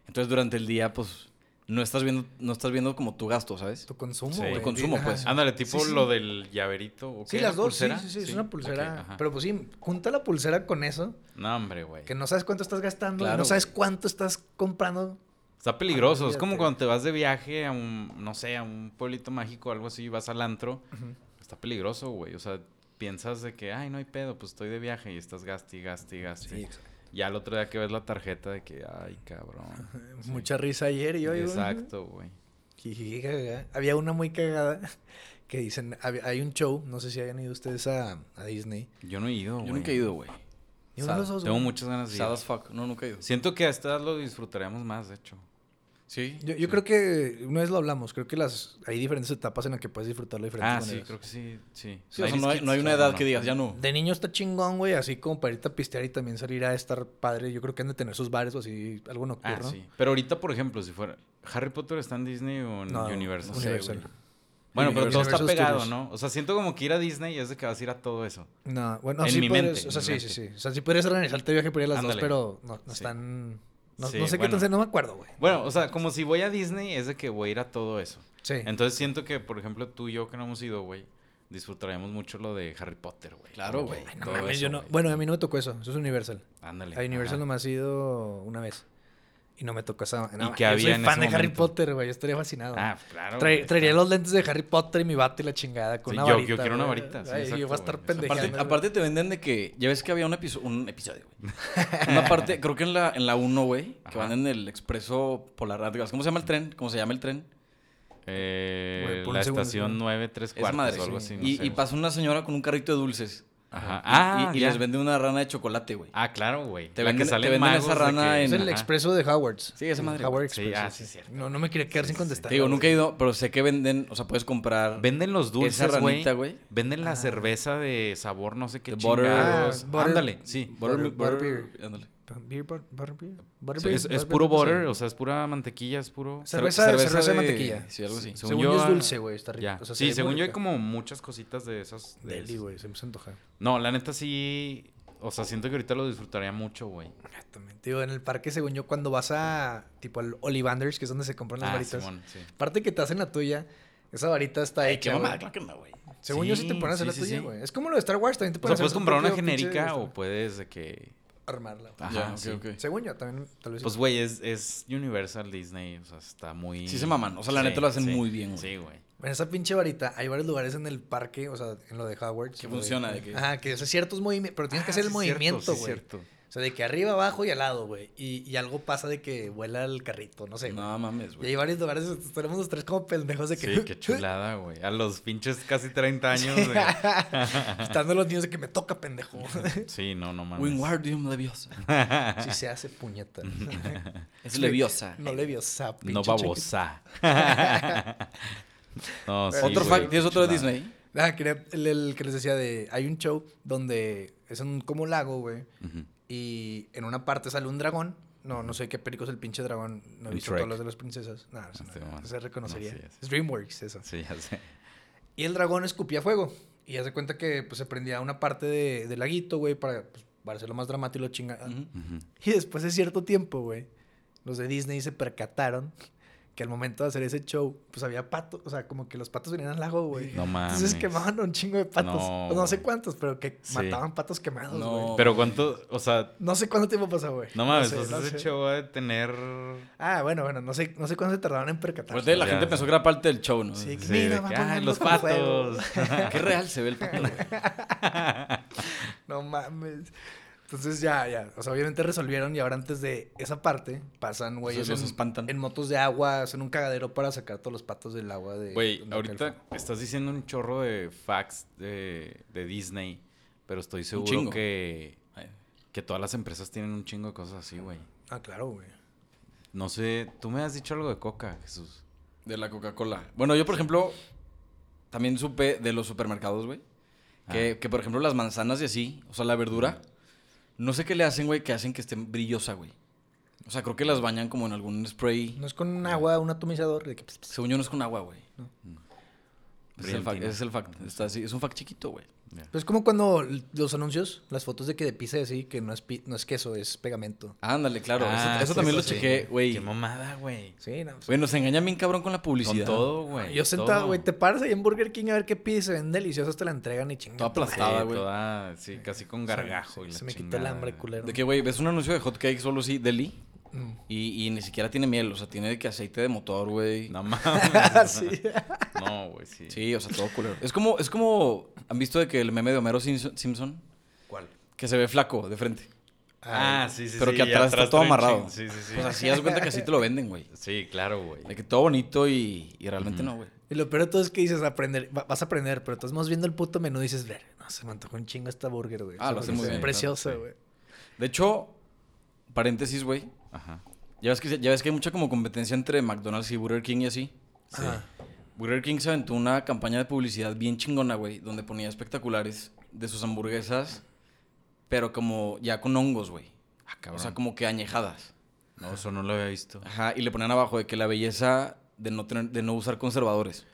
S2: Entonces durante el día, pues, no estás viendo, no estás viendo como tu gasto, ¿sabes?
S1: Tu consumo,
S3: Sí.
S1: güey.
S3: Tu
S2: consumo,
S1: Ajá.
S2: pues.
S3: Ándale, tipo
S1: Sí, sí.
S3: lo del llaverito. ¿o
S1: Sí,
S3: qué?
S1: las
S3: ¿La
S1: dos, sí,
S3: pulsera?
S1: sí, sí, es una
S3: Ok,
S1: pulsera.
S3: ajá.
S1: pero pues sí, junta la pulsera con eso,
S3: No, hombre, güey.
S1: que no sabes cuánto estás gastando,
S2: Claro,
S1: no sabes
S2: güey.
S1: cuánto estás comprando.
S2: Ah,
S3: Está peligroso. es
S1: Olvídate.
S3: como cuando te vas de viaje a un, no sé, a un pueblito mágico o algo así, vas al antro. Está peligroso, güey. O sea, piensas de que, ay, no hay pedo, pues estoy de viaje y estás gaste y gaste y gaste. Y al otro día que ves la tarjeta de que, ay, cabrón. Sí.
S1: eh, Mucha risa ayer y hoy. güey.
S3: Exacto, güey.
S1: Jijiji, jajaja. Había una muy cagada que dicen, hab- hay un show, no sé si hayan ido ustedes a, a Disney.
S3: Yo no he ido, güey.
S2: Yo nunca he ido, güey.
S1: Ni uno de los dos,
S3: Tengo
S1: güey.
S3: muchas ganas de ir.
S2: Sad as fuck. No, nunca he ido.
S3: Siento que a esta edad lo disfrutaremos más, de hecho.
S2: Sí.
S1: Yo, yo creo que una vez lo hablamos, creo que las hay diferentes etapas en las que puedes disfrutarlo de diferentes
S3: Ah, sí,
S1: maneras.
S3: creo que sí, sí.
S2: Sí, o sea, no hay, no hay una edad que digas, ya no.
S1: De niño está chingón, güey, así como para irte a pistear y también salir a estar padre. Yo creo que han de tener sus bares o así, algo
S3: Ah,
S1: nocturno.
S3: sí. Pero ahorita, por ejemplo, si fuera... ¿Harry Potter está en Disney o en
S1: No,
S3: Universal?
S1: no sé,
S3: Sí, güey.
S1: güey.
S3: Bueno, pero todo
S1: Universal
S3: está
S1: Studios.
S3: pegado, ¿no? O sea, siento como que ir a Disney y es de que vas a ir a todo eso.
S1: No, bueno,
S3: En
S1: sí
S3: mi
S1: podrías,
S3: mente,
S1: o sea,
S3: en
S1: sí,
S3: mi
S1: sí,
S3: mente.
S1: sí. O sea, sí podrías organizarte el viaje para ir a las
S3: Ándale.
S1: dos, pero no, no
S3: Sí.
S1: están... No,
S3: Sí,
S1: no sé qué
S3: bueno.
S1: tan... No me acuerdo, güey.
S3: Bueno, o sea, como si voy a Disney es de que voy a ir a todo eso.
S1: Sí.
S3: Entonces siento que, por ejemplo, tú y yo que no hemos ido, güey, disfrutaremos mucho lo de Harry Potter, güey.
S2: Claro,
S3: Como
S2: güey.
S3: que
S1: Ay, no
S3: todo
S1: mames,
S3: eso,
S1: yo no-
S3: güey.
S1: Bueno, a mí no me tocó eso. Eso es Universal.
S3: Ándale.
S1: A Universal
S3: ajá.
S1: nomás he ido una vez. Y no me tocó esa... no,
S3: qué
S1: yo
S3: había
S1: soy
S3: en
S1: fan
S3: ese
S1: de Harry
S3: momento?
S1: Potter, güey. Yo estaría fascinado.
S3: Ah, claro.
S1: Trae-
S3: güey,
S1: traería
S3: está-
S1: los lentes de Harry Potter y mi bate y la chingada con
S3: Sí,
S1: una
S3: yo- yo
S1: varita.
S3: quiero una
S1: güey.
S3: varita, sí,
S1: Ay, yo voy a
S3: exacto,
S1: estar
S3: güey.
S1: pendejando.
S2: Aparte, aparte te venden de que, ya ves que había un, episo- un episodio, güey. Una parte, creo que en la, en la 1, güey, que
S3: Ajá.
S2: van en el expreso polar. ah, digas, ¿Cómo se llama el tren? ¿Cómo se llama el tren?
S3: Eh,
S1: Güey, por
S3: la
S1: un segundo,
S3: estación
S1: ¿no?
S3: 9, 3
S2: Esa
S3: cuartos
S2: madre.
S3: o algo
S2: sí.
S3: así. no
S2: y,
S3: sé,
S2: y
S3: güey.
S2: pasa una señora con un carrito de dulces.
S3: Ajá.
S2: Y-
S3: Ah,
S2: y, y
S3: ya.
S2: les vende una rana de chocolate, güey.
S3: Ah, claro, güey.
S2: Te
S3: La
S2: venden-
S3: que sale
S2: te venden
S3: magos
S2: esa
S3: de
S2: rana
S3: que-
S1: Es
S2: en-
S1: el
S3: Ajá.
S1: expreso de Howard's.
S2: Sí, esa
S1: El
S2: madre,
S1: Howard
S2: güey.
S1: Express.
S3: Sí, ah,
S1: sí,
S3: sí,
S1: sí.
S3: cierto.
S1: No, no me quería quedar sin contestar.
S2: Te digo,
S1: güey.
S2: nunca he ido, pero sé que venden, o sea, puedes comprar.
S3: Venden los dulces,
S2: Esa
S3: güey.
S2: ranita, güey.
S3: Venden la cerveza de sabor no sé qué
S2: The butter-
S3: chingados.
S1: Ah, butter-
S3: Ándale, sí.
S2: Butter-
S1: Butter-
S2: butter-
S1: Butter-
S2: ándale.
S1: Beer, butter- butter beer. Butter
S3: Sí,
S1: beer,
S3: es, es
S1: butter
S3: puro
S1: beer, no sé.
S3: butter, o sea, es pura mantequilla, es puro...
S1: Cer- Cerveza- cerveza de mantequilla.
S2: Sí, algo así.
S3: Sí.
S1: Según,
S3: según
S1: yo
S3: yo,
S1: es dulce, güey. Está rico.
S3: Ya.
S1: O sea, se
S3: sí,
S1: ve
S3: según
S1: muy
S3: yo hay
S1: rica.
S3: como pues muchas cositas de esas. de
S1: Deli,
S3: esas.
S1: güey. Se me antoja.
S3: No, la neta sí. O sea, siento que ahorita lo disfrutaría mucho, güey.
S1: Exactamente. Digo, en el parque, según yo, cuando vas a... Tipo al Ollivanders, que es donde se compran las
S3: Ah,
S1: varitas.
S3: Simón, sí.
S1: Aparte que te hacen la tuya, esa varita está
S2: Ay, qué
S1: hecha,
S2: mamada,
S1: güey.
S2: claro que no, güey.
S1: Según yo, sí te
S3: Sí,
S1: ponen a hacer
S3: sí,
S1: la
S3: sí,
S1: tuya,
S3: sí.
S1: güey. Es como lo de Star Wars, también te
S3: O
S1: ponen
S3: sea,
S1: a hacer
S3: puedes
S1: tu
S3: comprar una
S1: propio pinche- este,
S3: genérica o puedes de que...
S1: Armarla. güey.
S3: Ajá,
S2: Ya, ok,
S3: sí.
S2: ok.
S1: Según yo, también tal vez... sí.
S3: Pues, güey, es, es Universal Disney. O sea, está muy...
S2: Sí se maman, o sea, la neta lo hacen muy bien, güey.
S3: Sí, güey.
S1: En esa pinche varita hay varios lugares en el parque, o sea, en lo de Howard.
S2: Que funciona, de que-
S1: Ajá, que hace ciertos movimientos, pero
S3: Ah,
S1: tienes que hacer el movimiento, güey. o sea, de que arriba, abajo y al lado, güey. Y, y algo pasa de que vuela el carrito, no sé. güey.
S2: No mames,
S1: y hay
S2: güey.
S1: varios lugares, donde tenemos los tres como pendejos de que...
S3: Sí, qué chulada, güey. A los pinches casi 30 años, güey.
S1: Estando los niños de que me toca, pendejo.
S3: Sí, no, no mames.
S2: Wingardium Leviosa.
S1: Si se hace puñeta.
S2: Es Leviosa.
S1: no le vio zap,
S3: No
S1: pinche chiquito.
S3: babosa. no, sí,
S2: Otro
S3: güey,
S2: fact, ¿tienes otro de
S3: chulada.
S2: Disney?
S1: Ah, quería el, el que les decía de... Hay un show donde es un como lago, güey.
S3: Ujú.
S1: Y en una parte sale un dragón. No, no sé qué perico es el pinche dragón. No he
S3: El
S1: visto
S3: Shrek.
S1: todas las de las princesas. No, eso no,
S3: Este, bueno,
S1: no se reconocería.
S3: no, sí, sí.
S1: Es DreamWorks, eso.
S3: Sí, ya sé.
S1: Y el dragón escupía fuego. Y hace cuenta que pues, se prendía una parte de- del laguito, güey, para, pues, para hacerlo más dramático y lo chinga.
S2: Ujú.
S3: Ujú.
S1: Y después de cierto tiempo, güey, los de Disney se percataron que al momento de hacer ese show, pues había patos, o sea, como que los patos venían al lago, güey.
S3: No mames.
S1: Entonces quemaban un chingo de patos. Pues
S3: No,
S1: No, sé
S3: güey.
S1: cuántos, pero que
S3: Sí.
S1: mataban patos quemados,
S2: No.
S1: güey.
S3: Pero cuánto, o sea,
S1: No sé cuánto tiempo pasó, güey.
S3: no mames,
S1: sé,
S3: o sea,
S1: no
S3: ese
S1: sé.
S3: show va a tener...
S1: Ah, bueno, bueno, no sé, no sé cuánto se tardaron en percatarse.
S2: Aparte, Pues la
S3: Ya.
S2: gente pensó que era parte del show, ¿no?
S1: Sí,
S3: Sí,
S1: mira,
S3: de
S1: va
S3: que,
S1: poniendo
S3: "Ay, los
S1: como fuego".
S3: patos.
S2: Qué real se ve el pato, güey.
S1: No mames. Entonces ya, ya. O sea, obviamente resolvieron y ahora antes de esa parte pasan, güey.
S2: Entonces los
S1: en,
S2: espantan.
S1: en motos de agua, hacen un cagadero para sacar todos los patos del agua de.
S3: Güey,
S1: donde cae el
S3: ahorita
S1: fuego.
S3: estás diciendo un chorro de facts de, de Disney, pero estoy seguro
S2: chingo.
S3: que, que todas las empresas tienen un chingo de cosas así, güey.
S1: Ah, claro, güey.
S3: No sé, tú me has dicho algo de coca, Jesús.
S2: De la Coca-Cola. Bueno, yo, por ejemplo, también supe de los supermercados, güey. Que, que, por ejemplo, las manzanas y así, o sea, la verdura, no sé qué le hacen, güey, que hacen que esté brillosa, güey. O sea, creo que las bañan como en algún spray.
S1: No es con un agua, un atomizador. de que pues, pss, pss.
S2: Según yo, no es con agua, güey. Ese Es el fact,
S3: Brillantina.
S2: ese es el fact. Está así, es un fact chiquito, güey.
S1: Pero pues, es como cuando l- los anuncios, las fotos de que de pizza y así, que no es, pi- no es queso, es pegamento.
S2: Ándale, claro.
S3: Ah,
S2: eso eso
S3: sí,
S2: también lo
S1: eso sí.
S2: chequé, güey.
S3: Qué mamada, güey.
S1: Sí, no. pues,
S2: Güey, nos engañan bien cabrón con la publicidad.
S3: Con todo, güey.
S1: Ah, yo
S3: todo.
S1: sentado, güey, te paras ahí en Burger King a ver qué pizza, se ven deliciosas, te la entregan y chingados.
S2: Todo
S3: Sí,
S2: aplastado. Estaba, güey.
S3: toda- sí, casi con gargajo. y
S1: Se,
S3: la
S1: me quitó el
S3: chingada.
S1: hambre, culero.
S2: De que, güey, ves un anuncio de hotcakes solo así, deli,
S1: Mm.
S2: y, y ni siquiera tiene miel. O sea, tiene de que aceite de motor, güey.
S3: No mames.
S1: sí.
S3: No, güey, sí.
S2: Sí, o sea, todo culero. Es como, es como, ¿han visto de que el meme de Homero Simpson, Simpson?
S1: ¿Cuál?
S2: Que se ve flaco de frente.
S3: Ah, sí, sí.
S2: pero
S3: sí,
S2: que
S3: y
S2: atrás está todo
S3: trae un
S2: amarrado.
S3: chin- Sí, sí, sí.
S2: Pues así, haz cuenta que así te lo venden, güey.
S3: Sí, claro, güey.
S2: De que todo bonito y, y realmente no, güey.
S1: Y lo peor de todo es que dices aprender, va- vas a aprender, pero estás más viendo el puto menú y dices, ver, no, se me antojó un chingo esta burger, güey.
S2: Ah,
S1: Se
S2: lo
S1: me
S2: hacen muy
S1: hace
S2: bien,
S1: Precioso,
S3: claro, sí.
S1: güey.
S2: De hecho, paréntesis, güey.
S3: Ajá.
S2: Ya ves, que, ya ves que hay mucha como competencia entre McDonald's y Burger King y así.
S1: Ajá.
S2: Burger King se aventó una campaña de publicidad bien chingona, güey, donde ponía espectaculares de sus hamburguesas, pero como ya con hongos, güey.
S3: Ah,
S2: O
S3: cabrón.
S2: sea, como que añejadas.
S3: No, eso no lo había visto.
S2: Ajá, y le ponían abajo de que la belleza de no, tener, de no usar conservadores.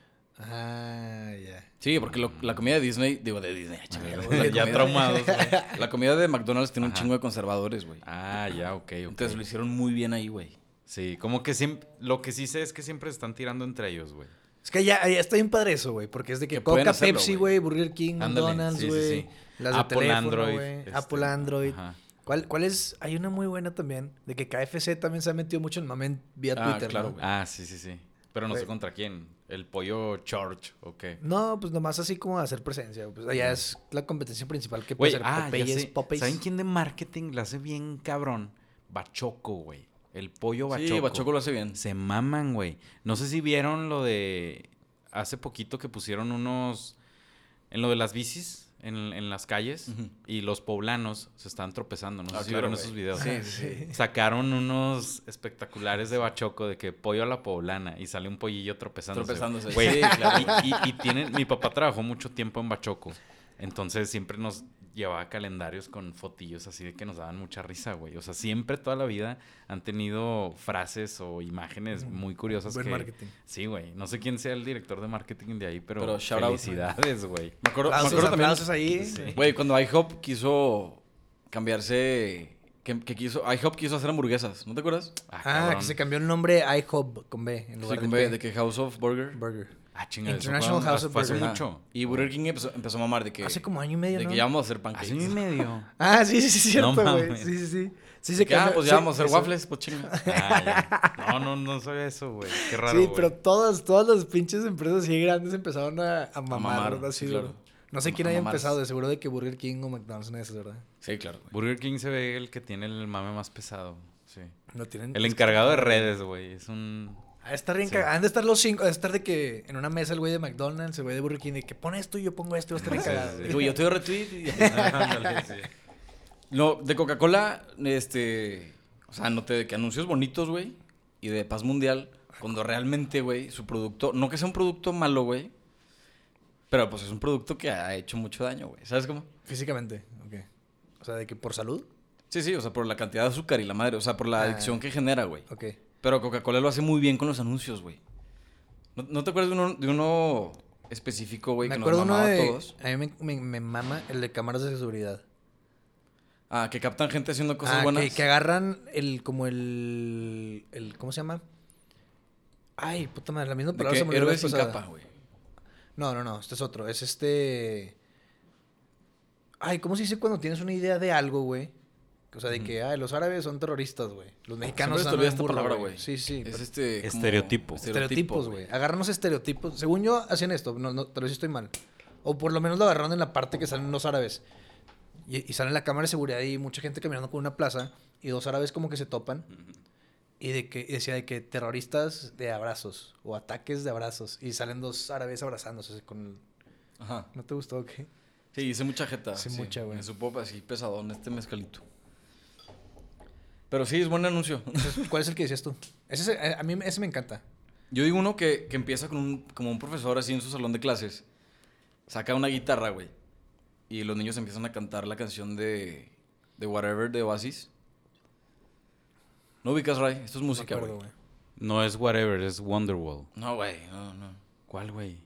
S1: Ah, ya.
S2: Sí, porque lo- la comida de Disney, digo de Disney, chingada, la comida-
S3: ya traumados, güey.
S2: La comida de McDonald's tiene un
S3: Ajá.
S2: chingo de conservadores, güey.
S3: Ah, ya, ok, ok.
S2: Entonces lo hicieron muy bien ahí, güey.
S3: Sí, como que siempre... Lo que sí sé es que siempre se están tirando entre ellos, güey.
S1: Es que ya, ya está bien padre eso, güey, porque es de que,
S2: Que pueden
S1: Coca,
S2: hacerlo,
S1: Pepsi,
S2: güey.
S1: güey, Burger King,
S3: Ándale,
S1: McDonald's,
S3: sí, sí,
S1: güey.
S3: sí.
S1: Las de
S3: Apple,
S1: teléfono,
S3: Android,
S1: güey,
S3: este,
S1: Apple Android.
S3: ajá.
S1: ¿Cuál, ¿Cuál es? Hay una muy buena también, de que KFC también se ha metido mucho en mamen vía
S2: Ah,
S1: Twitter.
S2: claro,
S1: ¿no?
S2: güey.
S3: Ah, sí, sí, sí. Pero no sé
S1: Güey.
S3: contra quién. ¿El pollo Church o qué?
S1: No, pues nomás así como hacer presencia. Pues allá es la competencia principal que puede ser
S3: Güey, ah, ya
S1: Popeyes,
S3: sé.
S1: Popeyes.
S3: ¿Saben quién de marketing la hace bien cabrón? Bachoco, güey. El pollo Bachoco.
S2: Sí, Bachoco lo hace bien.
S3: Se maman, güey. No sé si vieron lo de... Hace poquito que pusieron unos... En lo de las bicis, en, en las calles.
S2: Ujú.
S3: Y los poblanos se estaban tropezando. No
S2: Ah,
S3: sé si
S2: claro,
S3: vieron
S2: güey.
S3: esos videos.
S1: Sí, sí, sí.
S3: Sacaron unos espectaculares de Bachoco de que pollo a la poblana y sale un pollillo tropezándose.
S2: Tropezándose,
S3: Güey,
S2: sí, claro.
S3: Y, y- y tienen, mi papá trabajó mucho tiempo en Bachoco. Entonces siempre nos llevaba calendarios con fotillos así de que nos daban mucha risa, güey. O sea, siempre toda la vida han tenido frases o imágenes muy
S1: Mm,
S3: curiosas
S1: Buen
S3: que-
S1: marketing.
S3: Sí, güey. No sé quién sea el director de marketing de ahí, pero,
S2: Pero shout out, güey.
S3: felicidades, güey.
S2: Me acuerdo, me
S1: Aplausos,
S2: acuerdo también.
S1: aplausos ahí.
S2: Güey, cuando IHOP quiso cambiarse. Que, que quiso. IHOP quiso hacer hamburguesas, ¿no te acuerdas?
S1: Ah, que se cambió el nombre a IHOP con B en
S2: Sí,
S1: lugar
S2: con
S1: de,
S2: B,
S1: P.
S2: de que House of Burger.
S1: Burger.
S3: Ah, chingada, eso
S1: International
S3: fue-
S1: House of
S3: fue hace
S1: Burger.
S2: Ajá.
S3: mucho.
S2: Y Burger King empezó, empezó a mamar de que.
S1: Hace como año y medio,
S2: De
S1: ¿no?
S2: que ya vamos a hacer
S3: Hace año y
S2: pancakes.
S3: medio.
S1: Ah, sí, sí, sí,
S3: No
S1: cierto, güey.
S3: mames.
S1: sí, sí, sí. Sí,
S2: De
S1: se
S2: que, ah,
S1: cambió-
S2: pues
S1: sí,
S2: ya vamos a hacer
S1: eso.
S2: waffles, pues chinga.
S3: Ah, ya. no, no, no sabía eso, güey. Qué raro.
S1: sí,
S3: güey.
S1: pero todas, todas las pinches empresas así grandes empezaron a, a mamar,
S2: mamar,
S1: ¿verdad? Sí,
S2: sí, claro.
S1: No sé
S2: A
S1: quién haya
S2: mamar.
S1: empezado, de seguro de que Burger King o McDonald's no es, ¿verdad?
S2: Sí, claro. güey.
S3: Burger King se ve el que tiene el mame más pesado. Sí.
S1: No tienen.
S3: El encargado de redes, güey. Es un.
S1: Ah, estar bien
S3: Sí.
S1: cagado. Han de estar los cinco. Han de estar de que en una mesa el güey de McDonald's, el güey de Burger King, de que pone esto y yo pongo esto y va a estar bien
S3: Sí, sí,
S1: cagado.
S3: sí.
S2: Digo, yo te doy retweet. y-
S3: Ándale, sí.
S2: No, de Coca-Cola, este. O sea, noté de que anuncios bonitos, güey. Y de paz mundial. Cuando realmente, güey, su producto. No que sea un producto malo, güey. Pero pues es un producto que ha hecho mucho daño, güey. ¿Sabes cómo?
S1: Físicamente, ok. O sea, de que por salud,
S2: Sí, sí, o sea, por la cantidad de azúcar y la madre. O sea, por la
S1: Ah.
S2: adicción que genera, güey.
S1: ok.
S2: Pero Coca-Cola lo hace muy bien con los anuncios, güey. ¿No, no te acuerdas de uno, de uno específico, güey,
S1: me
S2: que
S1: acuerdo
S2: nos
S1: uno
S2: mamaba
S1: de.
S2: a todos?
S1: A mí me, me- me mama el de cámaras de seguridad.
S2: Ah, que captan gente haciendo cosas
S1: Ah,
S2: buenas.
S1: Que, que agarran el, como el, el, ¿cómo se llama? Ay, puta madre, la misma
S2: De
S1: palabra
S2: que
S1: se me olvidó la
S2: héroes
S1: vez
S2: sin
S1: pasada.
S2: capa, güey.
S1: No, no, no, este es otro. Es este. Ay, ¿cómo se dice cuando tienes una idea de algo, güey? O sea, de que, ay, los árabes son terroristas, güey. Los mexicanos
S2: Siempre se te
S1: andan
S2: olvida
S1: en
S2: esta
S1: burla,
S2: palabra, güey.
S1: Sí, sí.
S2: Es
S1: pero-
S2: este... como-
S3: Estereotipo.
S1: Estereotipos, güey. Agarran los estereotipos. Según yo, hacían esto. No, no, tal vez estoy mal. O por lo menos lo agarraron en la parte que salen los árabes. Y, y sale la cámara de seguridad y mucha gente caminando por una plaza. Y dos árabes como que se topan. Y de que y decía de que terroristas de abrazos. O ataques de abrazos. Y salen dos árabes abrazándose. así Con el-
S2: Ajá.
S1: ¿No te gustó o qué?
S2: Sí, hice mucha jeta.
S1: Sí, mucha, güey.
S2: Me supo así pesadón este mezcalito. Pero sí, es buen anuncio.
S1: Entonces, ¿Cuál es el que decías tú? Ese, es el- a mí ese me encanta.
S2: Yo digo uno que, que empieza con un, como un profesor así en su salón de clases. Saca una guitarra, güey. Y los niños empiezan a cantar la canción de, de Whatever de Oasis. No ubicas, Ray. Esto es
S1: Me
S2: música,
S1: acuerdo,
S2: güey.
S1: güey.
S3: No es Whatever, es Wonderwall.
S2: No, güey. No, no.
S3: ¿Cuál, güey?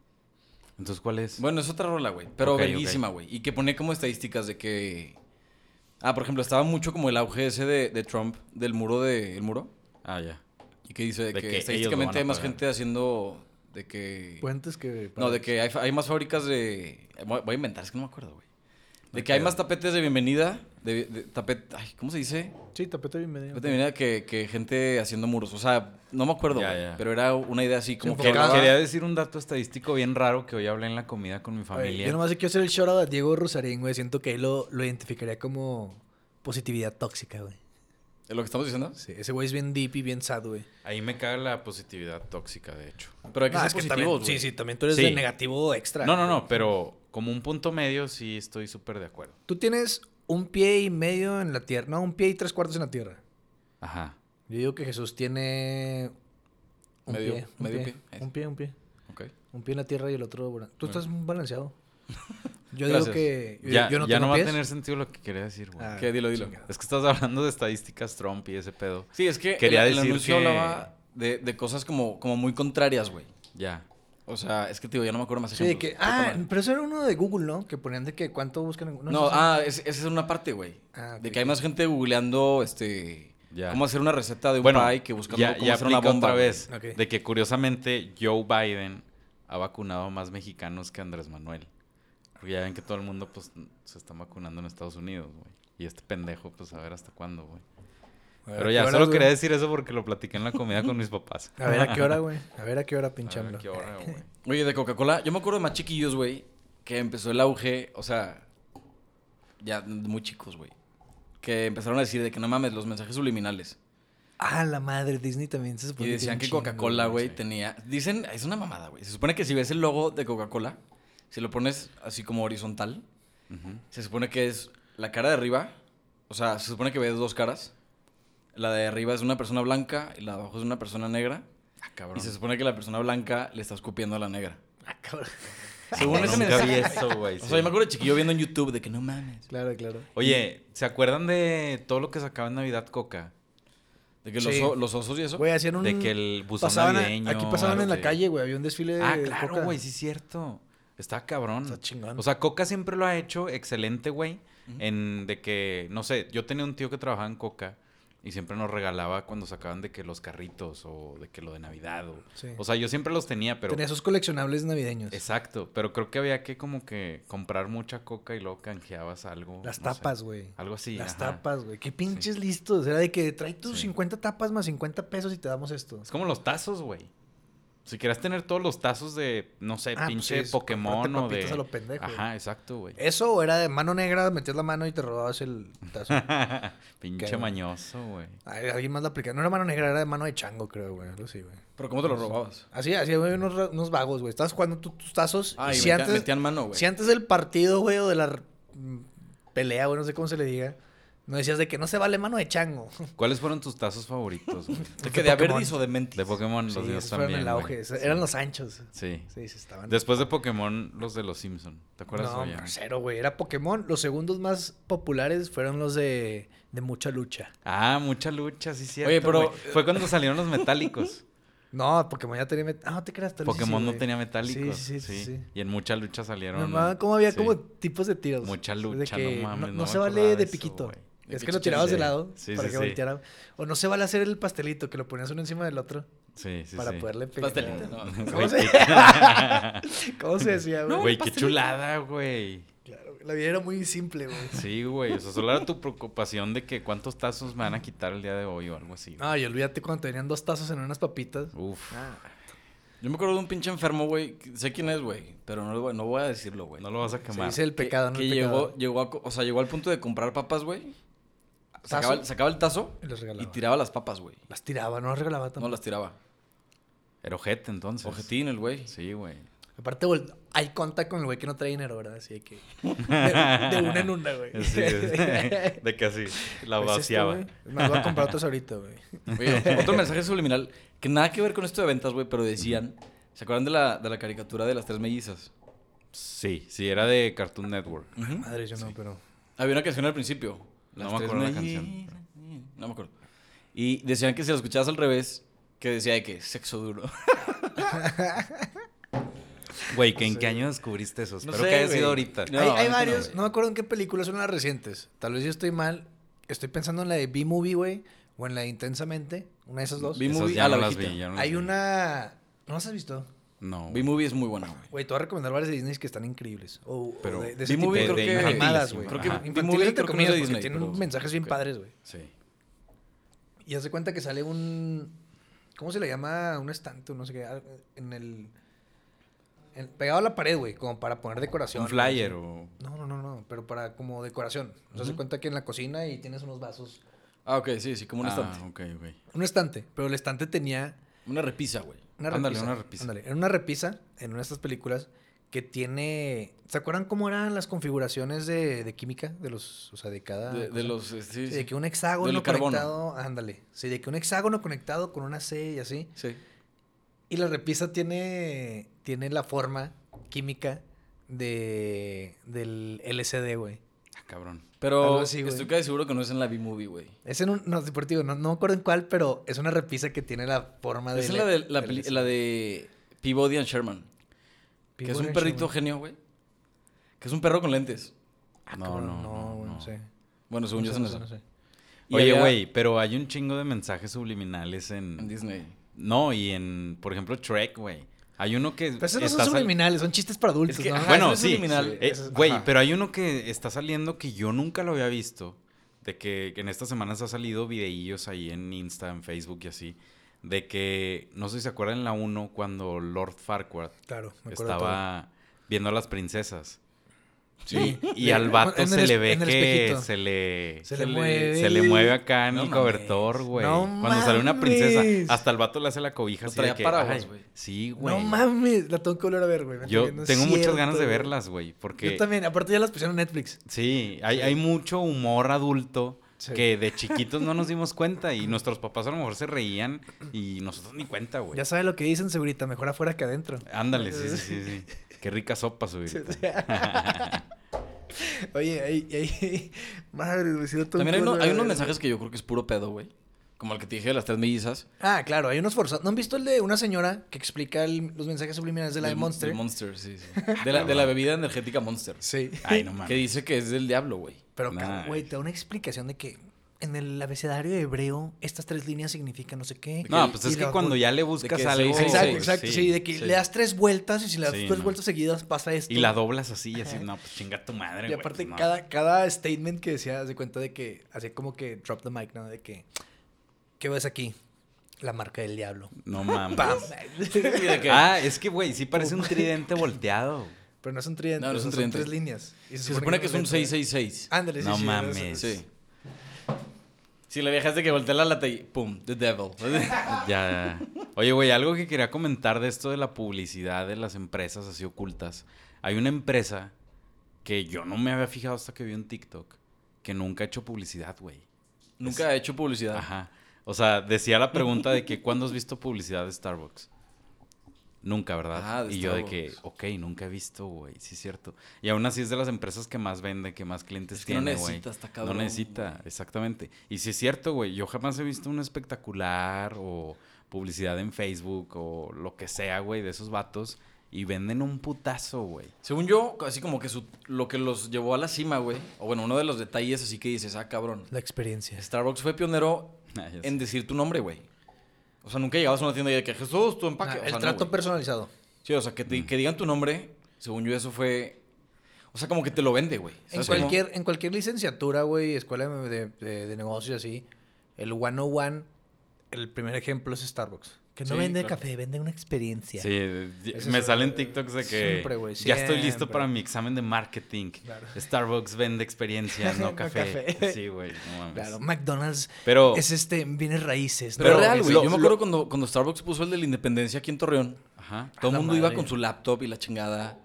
S3: Entonces, ¿cuál es?
S2: Bueno, es otra rola, güey. Pero
S3: Ok, ok.
S2: verguísima, güey. Y que pone como estadísticas de que... Ah, por ejemplo, estaba mucho como el auge ese de, de Trump, del muro de... ¿El muro?
S3: Ah, ya.
S2: Y que dice de
S3: De
S2: que,
S3: que ellos lo van
S2: estadísticamente
S3: a
S2: hay más
S3: pagar.
S2: gente haciendo de que...
S1: Puentes que.
S2: no, de que hay, fa- hay más fábricas de... Voy voy a inventar, es que no me acuerdo, güey. De que hay más tapetes de bienvenida, de, de tapet... Ay, ¿cómo se dice?
S1: Sí, tapete bienvenido.
S2: Tapete de bienvenida que, que gente haciendo muros. O sea, no me acuerdo,
S3: Ya,
S2: güey,
S3: ya.
S2: Pero era una idea así como
S1: Sí,
S2: que...
S1: enfocada.
S2: hablaba-
S3: Quería decir un dato estadístico bien raro que hoy hablé en la comida con mi
S1: Oye,
S3: familia.
S1: Yo nomás quiero hacer el shout out a Diego Rosarín, güey. Siento que él lo, lo identificaría como positividad tóxica, güey.
S2: ¿Es lo que estamos diciendo?
S1: Sí, ese güey es bien deep y bien sad, güey.
S3: Ahí me cae la positividad tóxica, de hecho.
S2: Pero hay que ser
S1: Ah, es que
S2: positivos,
S1: también- Sí,
S2: güey.
S1: sí, también tú eres
S3: Sí.
S1: de negativo extra.
S3: No, no,
S1: güey.
S3: no, pero como un punto medio sí estoy súper de acuerdo.
S1: Tú tienes un pie y medio en la tierra. No, un pie y tres cuartos en la tierra.
S3: Ajá.
S1: Yo digo que Jesús tiene. Un
S2: Medio-
S1: pie, un
S2: medio
S1: pie,
S2: pie.
S1: Un pie, un pie.
S2: Ok.
S1: Un pie en la tierra y el otro. vola- Tú estás balanceado. Yo digo
S2: Gracias.
S1: que. Yo,
S3: ya
S1: yo
S3: no,
S1: no
S3: ya
S1: tengo
S3: no va a
S1: pies.
S3: tener sentido lo que quería decir, güey.
S1: Ah,
S2: ¿Qué? Dilo, dilo.
S1: chingada.
S3: Es que estás hablando de estadísticas Trump y ese pedo.
S2: Sí, es que
S3: Quería
S2: el, el
S3: decir
S2: anuncio
S3: que-
S2: hablaba de, de cosas como, como muy contrarias, güey.
S3: Ya.
S2: O sea, es que, tío, ya no me acuerdo más
S1: Sí, de
S2: ejemplos.
S1: que.
S2: Puta
S1: Ah,
S2: madre.
S1: pero eso era uno de Google, ¿no? Que ponían de que cuánto buscan en Google.
S2: No, ah, es- esa es una parte, güey.
S1: Ah, ok,
S2: De que hay más gente googleando, este...
S3: Ya.
S2: Cómo hacer una receta de un
S3: Bueno,
S2: pie que buscando
S3: ya,
S2: cómo
S3: ya
S2: hacer una
S3: aplica
S2: bomba.
S3: otra
S2: güey.
S3: vez.
S1: Ok.
S3: De que curiosamente Joe Biden ha vacunado a más mexicanos que Andrés Manuel. Porque ya ven que todo el mundo pues se está vacunando en Estados Unidos, güey. Y este pendejo, pues a ver hasta cuándo, güey. Pero ya solo quería decir eso porque lo platiqué en la comida con mis papás.
S1: A ver a qué hora, güey. A ver a qué hora,
S3: A ver
S1: pinchando.
S3: qué hora, güey.
S2: Oye, de Coca-Cola, yo me acuerdo de más chiquillos, güey, que empezó el auge, o sea, ya muy chicos, güey. Que empezaron a decir de que no mames, los mensajes subliminales.
S1: Ah, la madre, Disney también se supone
S2: Y
S1: que
S2: decían
S1: tiene
S2: que
S1: un chingo,
S2: Coca-Cola, güey,
S3: sí.
S2: tenía. Dicen, es una mamada, güey. Se supone que si ves el logo de Coca-Cola, si lo pones así como horizontal,
S3: Ujú.
S2: se supone que es la cara de arriba. O sea, se supone que ves dos caras. La de arriba es una persona blanca y la de abajo es una persona negra.
S3: Ah, cabrón.
S2: Y se supone que la persona blanca le está escupiendo a la negra.
S1: Ah, cabrón.
S2: Según ese
S3: Nunca vi
S2: mensaje.
S3: eso, güey.
S2: O
S3: sí.
S2: sea, yo me acuerdo de chiquillo viendo en YouTube de que no mames.
S1: Claro, claro.
S3: Oye, ¿se acuerdan de todo lo que sacaba en Navidad Coca?
S2: De que
S1: Sí.
S2: los, o- los osos y eso.
S1: Güey, hacían un.
S3: De que el buzón
S1: Mm, pasaban a-
S3: navideño,
S1: Aquí pasaban en la
S3: de-
S1: calle, güey. Había un desfile de.
S3: Ah, claro,
S1: Coca.
S3: güey, sí es cierto. Está cabrón.
S1: Está chingón.
S3: O sea, Coca siempre lo ha hecho excelente, güey. En de que, no sé, yo tenía un tío que trabajaba en Coca y siempre nos regalaba cuando sacaban de que los carritos o de que lo de Navidad. O,
S1: Sí.
S3: o sea, yo siempre los tenía, pero.
S1: Tenía esos coleccionables navideños.
S3: Exacto, pero creo que había que como que comprar mucha coca y luego canjeabas algo.
S1: Las
S3: no sé,
S1: tapas, güey.
S3: algo así.
S1: Las
S3: ajá.
S1: tapas, güey. Qué pinches listos. Era de que trae tus
S3: Sí.
S1: 50 tapas más 50 pesos y te damos esto.
S3: Es como los tazos, güey. Si quieras tener todos los tazos de, no
S1: Ah,
S3: sé,
S1: pues
S3: pinche
S1: sí, es
S3: Pokémon
S1: comprarte
S3: o de.
S1: papitas a lo pendejo. Eh,
S3: Ajá, exacto, güey.
S1: Eso o era de mano negra, metías la mano y te robabas el tazo.
S3: Pinche
S1: Qué-
S3: mañoso, güey.
S1: Ay, Alguien más la aplicaba. No era mano negra, era de mano de chango, creo, güey. Algo así, güey.
S2: Pero ¿cómo te los robabas?
S1: Así, así, güey, unos, ra- unos vagos, güey. Estabas jugando tú tus tazos.
S2: Ah,
S1: y
S2: y
S1: si,
S2: metían-
S1: antes,
S2: metían mano, güey.
S1: si antes del partido, güey, o de la r- mm, pelea, güey, no sé cómo se le diga, no decías de que no se vale mano de chango.
S3: ¿Cuáles fueron tus tazos favoritos, güey?
S2: De
S1: que
S2: que
S1: de
S2: de
S1: Pokémon.
S2: Averdis o de Mentis.
S3: De Pokémon, los
S1: Sí,
S3: míos
S1: esos fueron
S3: también.
S1: el auge.
S3: güey.
S1: Esa- Eran los anchos.
S3: Sí.
S1: Sí, sí, estaban.
S3: Después de Pokémon, los de los Simpson. ¿Te acuerdas
S1: no,
S3: de ellos?
S1: hombre, cero, güey. Era Pokémon. Los segundos más populares fueron los de, de mucha lucha.
S3: Ah, mucha lucha, sí, cierto.
S2: Oye, pero-
S3: güey. Fue
S1: eh,
S3: cuando salieron los metálicos.
S1: No, Pokémon ya tenía... met- Ah, no te creas. tal vez sí,
S3: Pokémon no
S1: güey.
S3: tenía metálicos.
S1: Sí, sí, sí. sí, sí.
S3: Y en mucha lucha salieron.
S1: No, mames, como había
S3: sí.
S1: como tipos de tiros.
S3: Mucha
S1: De
S3: lucha, no mames,
S1: No,
S3: no
S1: no
S3: me
S1: se
S3: acordaba
S1: vale
S3: de
S1: de
S3: eso,
S1: piquito.
S3: güey.
S2: De
S1: es que lo
S2: piquichín,
S1: tirabas de
S3: sí.
S1: lado
S3: Sí,
S1: para
S3: sí,
S1: que
S3: sí.
S1: volteara. O no se vale hacer el pastelito, que lo ponías uno encima del otro.
S3: Sí, sí,
S1: para
S3: sí.
S1: poderle pegar.
S2: Pastelita, no.
S1: ¿Cómo
S3: Güey,
S1: se,
S3: qué-
S1: ¿Cómo se decía, güey?
S3: Güey, qué chulada, güey.
S1: Claro, la vida era muy simple, güey.
S3: Sí, güey. O sea, solo era tu preocupación de que cuántos tazos me van a quitar el día de hoy o algo así. güey.
S1: Ah, y olvídate cuando tenían dos tazos en unas papitas.
S3: Uf.
S2: Yo me acuerdo de un pinche enfermo, güey. que- Sé quién es, güey. Pero no, lo voy- no voy a decirlo, güey.
S3: No lo vas a
S1: Se
S3: quemar.
S1: dice el pecado, ¿no?
S2: que
S1: El
S2: llegó,
S1: pecado.
S2: llegó, a co- o sea, llegó al punto de comprar papas, güey. Sacaba, el-
S1: Tazo.
S2: sacaba el tazo
S1: Y los regalaba.
S2: y tiraba las papas, güey.
S1: Las tiraba, no las regalaba
S2: No
S1: tampoco.
S2: las tiraba.
S3: Era ojete, entonces.
S2: Ojetín, el güey.
S3: Sí, güey.
S1: Aparte, güey, hay contacto con el güey que no trae dinero, ¿verdad? Así de que. De, de una en una, güey.
S3: Sí, de, de que así.
S1: Pues esto,
S3: La
S2: este,
S3: vaciaba.
S1: güey, Me voy a comprar otras ahorita, güey.
S2: Oye, otro- otro mensaje subliminal que nada que ver con esto de ventas, güey, pero decían, ¿se acuerdan de la, de la caricatura de las tres mellizas?
S3: Sí, sí, era de Cartoon Network.
S1: Madre, yo no, pero.
S2: Había una canción al principio.
S3: No
S2: Las
S3: me
S2: tres
S3: acuerdo la canción.
S2: mellizas, No me acuerdo. Y decían que si la escuchabas al revés, que decía de que sexo duro.
S3: Güey, ¿que ¿en qué año descubriste eso? Espero
S2: sé,
S3: que haya
S2: güey.
S3: sido ahorita.
S2: No,
S1: hay hay
S2: ahorita no,
S1: varios. No,
S2: güey.
S1: me acuerdo en qué películas son las recientes. Tal vez yo estoy mal. Estoy pensando en la de B-Movie, güey. O en la de Intensamente. Una de esas dos.
S2: Vi
S3: Esas
S2: movie
S3: ya
S2: a la
S3: no las
S2: abejita.
S3: vi, ya no las
S1: Hay
S3: vi.
S1: una. ¿No las has visto?
S3: No. güey.
S2: B-Movie es muy buena, güey.
S1: Güey, te voy a recomendar varias de Disney que están increíbles. O, o
S3: Pero
S1: de, de ese
S2: B-Movie
S1: tipo
S2: creo
S1: de
S2: que-
S1: animadas,
S3: infantiles,
S1: güey.
S3: creo
S2: que
S1: Ajá.
S2: B-Movie
S1: Infantiles, entre
S2: creo que no es
S1: comillas,
S2: de
S1: porque
S2: Disney,
S1: tienen
S2: pero-
S1: mensajes bien
S2: ok.
S1: padres, güey.
S3: Sí.
S1: Y hace cuenta que sale un. ¿Cómo se le llama? Un estante, no sé qué. al- En el. en- pegado a la pared, güey, como para poner decoración.
S3: Un flyer
S1: o
S3: o...
S1: No, no, no, no, pero para como decoración. O sea, se cuenta que en la cocina y tienes unos vasos.
S2: Ah, ok, sí, sí, como un
S3: Ah,
S2: estante.
S3: ok, ok.
S1: Un estante, pero el estante tenía
S2: Una repisa, güey.
S1: una repisa.
S3: Ándale, una repisa.
S1: Ándale, era una repisa en una de estas películas que tiene. ¿Se acuerdan cómo eran las configuraciones de, de química? De los. O sea, de cada.
S2: De, de
S1: Ah, cosa?
S2: los... eh, Sí,
S1: Sí,
S2: sí.
S1: de que un hexágono
S2: Del carbono.
S1: conectado. Ándale. Sí, de que un hexágono conectado con una C y así.
S2: Sí.
S1: Y la repisa tiene, tiene la forma química de, del LCD, güey.
S3: Ah, cabrón.
S2: Pero
S1: Algo así, güey.
S2: estoy casi seguro que no es en la B-Movie, güey.
S1: Es en un, no, deportivo, no, no me acuerdo en cuál, pero es una repisa que tiene la forma Ah, de...
S2: Esa es la de, la,
S1: del
S2: peli-
S1: LCD.
S2: la de Peabody and Sherman. Que es un
S1: Figura,
S2: perrito
S1: chaval.
S2: genio, güey. Que es un perro con lentes.
S1: Ah,
S3: No,
S1: cabrón,
S3: no, no,
S1: güey,
S3: no.
S1: sé.
S2: Bueno, según yo
S1: No sé,
S2: son
S1: no sé,
S2: esas.
S1: no sé.
S2: Y
S3: Oye,
S2: había-
S3: güey, pero hay un chingo de mensajes subliminales
S2: En
S3: en...
S2: Disney.
S3: No, y en, por ejemplo, Trek, güey. Hay uno que...
S1: Pero esos no son
S3: está sal-
S1: subliminales, son chistes para adultos,
S2: que- ah,
S1: ¿no?
S2: ajá,
S3: Bueno,
S2: eso es
S3: sí.
S2: subliminal.
S3: Eh,
S1: Eso es-
S3: Güey,
S1: ajá.
S3: pero hay uno que está saliendo que yo nunca lo había visto. De que en estas semanas ha salido videillos ahí en Insta, en Facebook y así. De que, no sé si se acuerdan en la 1 cuando Lord Farquaad
S1: Claro, me acuerdo
S3: estaba viendo a las princesas.
S1: Sí.
S3: Y, y al vato
S1: En el
S3: se le
S1: espe-
S3: ve
S1: en el
S3: que
S1: espejito.
S3: se le,
S1: Se
S2: se
S1: le
S2: le-
S1: mueve.
S3: se le mueve acá en
S2: No
S3: el
S2: mames.
S3: cobertor, güey.
S1: No
S3: Cuando sale una princesa,
S1: mames.
S3: hasta el vato le hace la cobija
S2: Lo
S3: así de
S2: traía
S3: que,
S2: paraguas,
S3: ay,
S2: güey.
S3: Sí, güey.
S1: No mames, la tengo que volver a ver, güey. me
S3: Yo
S1: estoy viendo, es
S3: tengo muchas
S1: cierto,
S3: ganas de
S1: güey.
S3: verlas, güey, porque
S1: Yo también, aparte ya las pusieron en Netflix.
S3: Sí, hay, hay mucho humor adulto
S1: Sí.
S3: que de chiquitos no nos dimos cuenta y nuestros papás a lo mejor se reían y nosotros ni cuenta, güey.
S1: Ya sabe lo que dicen, segurita, mejor afuera que adentro.
S3: Ándale, sí, sí, sí, sí. Qué rica sopa subir.
S1: Oye, ahí, ahí. Madre, güey, si no tengo
S2: También hay,
S1: que
S2: uno-
S1: volver
S2: hay
S1: a
S2: unos
S1: ver.
S2: mensajes que yo creo que es puro pedo, güey. Como el que te dije de las tres mellizas.
S1: Ah, claro, hay unos forzados. ¿No han visto el de una señora que explica el- los mensajes subliminales de la de
S2: Del-
S1: Monster?
S2: del Monster, sí, sí. De la, de la bebida energética Monster.
S1: sí.
S3: Ay, Ah, no mames.
S2: Que dice que es del diablo, güey.
S1: Pero, cabrón,
S3: Nice.
S1: güey, te da una explicación de que en el abecedario hebreo estas tres líneas significan no sé qué.
S3: No, pues
S1: Y
S3: es que
S1: la-
S3: cuando ya le
S2: de
S3: buscas
S2: que
S3: algo.
S2: seis,
S1: Exacto,
S2: Sí,
S1: exacto. Sí, de que
S2: sí.
S1: le das tres vueltas y si le das
S3: Sí,
S1: tres
S3: no.
S1: vueltas seguidas pasa esto.
S3: Y la doblas así y así. No, pues chinga tu madre,
S1: Y
S3: güey.
S1: aparte,
S3: pues no.
S1: cada, cada statement que decía, de cuenta de que hacía como que drop the mic, ¿no? De que, ¿qué ves aquí? La marca del diablo.
S3: No mames.
S1: ¡Pam!
S2: Y de que-
S3: Ah, es que, güey, sí parece un tridente volteado.
S1: Pero no es un tridente,
S2: No, no es
S1: o sea,
S2: un
S1: son
S2: tridente.
S1: tres líneas. Y
S2: se supone que es un
S1: letra.
S2: 666.
S1: Ándale, sí,
S3: No
S1: sí,
S3: mames.
S1: es-
S2: Sí. Si la vieja es de que voltea la lata y pum, the devil.
S3: Ya. Oye, güey, algo que quería comentar de esto de la publicidad de las empresas así ocultas. Hay una empresa que yo no me había fijado hasta que vi un TikTok que nunca ha hecho publicidad, güey.
S2: Nunca ha hecho publicidad.
S3: Ajá. O sea, decía la pregunta de que ¿cuándo has visto publicidad de Starbucks? Nunca, ¿verdad?
S2: Ah, de
S3: y yo de que,
S2: Starbucks.
S3: ok, nunca he visto, güey. Sí, es cierto. Y aún así es de las empresas que más vende, que más clientes
S2: Es que no
S3: tiene,
S2: necesita,
S3: güey.
S2: está cabrón,
S3: No necesita, exactamente. Y sí es cierto, güey. Yo jamás he visto un espectacular o publicidad en Facebook o lo que sea, güey, de esos vatos. Y venden un putazo, güey.
S2: Según yo, así como que su- lo que los llevó a la cima, güey. O bueno, uno de los detalles así que dices, ah, cabrón.
S1: La experiencia.
S2: Starbucks fue pionero
S3: Ah, ya sé.
S2: en decir tu nombre, güey. O sea, nunca llegabas a una tienda y de que Jesús, tu empaque.
S1: Ah,
S2: O
S1: el
S2: sea, no,
S1: trato
S2: güey.
S1: personalizado.
S2: Sí, o sea, que, te-
S3: Mm.
S2: que digan tu nombre, según yo, eso fue. O sea, como que te lo vende, güey.
S1: En
S2: ¿Sabes cómo?
S1: cualquier, en cualquier licenciatura, güey, escuela de, de, de negocios así, el 101, el primer ejemplo es Starbucks. Que no
S2: Sí,
S1: vende
S2: claro.
S1: café, vende una experiencia.
S3: Sí, de-
S1: Ese
S3: me
S1: es- eh,
S3: salen TikToks de que
S1: Siempre, güey,
S3: ya estoy listo
S1: siempre.
S3: para mi examen de marketing.
S1: Claro.
S3: Starbucks vende experiencia, no
S1: No
S3: café.
S1: café.
S3: Sí, güey, no mames.
S1: Claro, McDonald's
S3: Pero
S1: es este, bienes raíces.
S2: Pero
S1: ¿no?
S2: real, güey.
S3: lo-
S2: Yo me
S3: lo-
S2: acuerdo cuando, cuando Starbucks puso el de la independencia aquí en Torreón.
S3: ajá.
S2: Todo el
S1: la
S2: mundo iba
S1: madre.
S2: con su laptop y la chingada.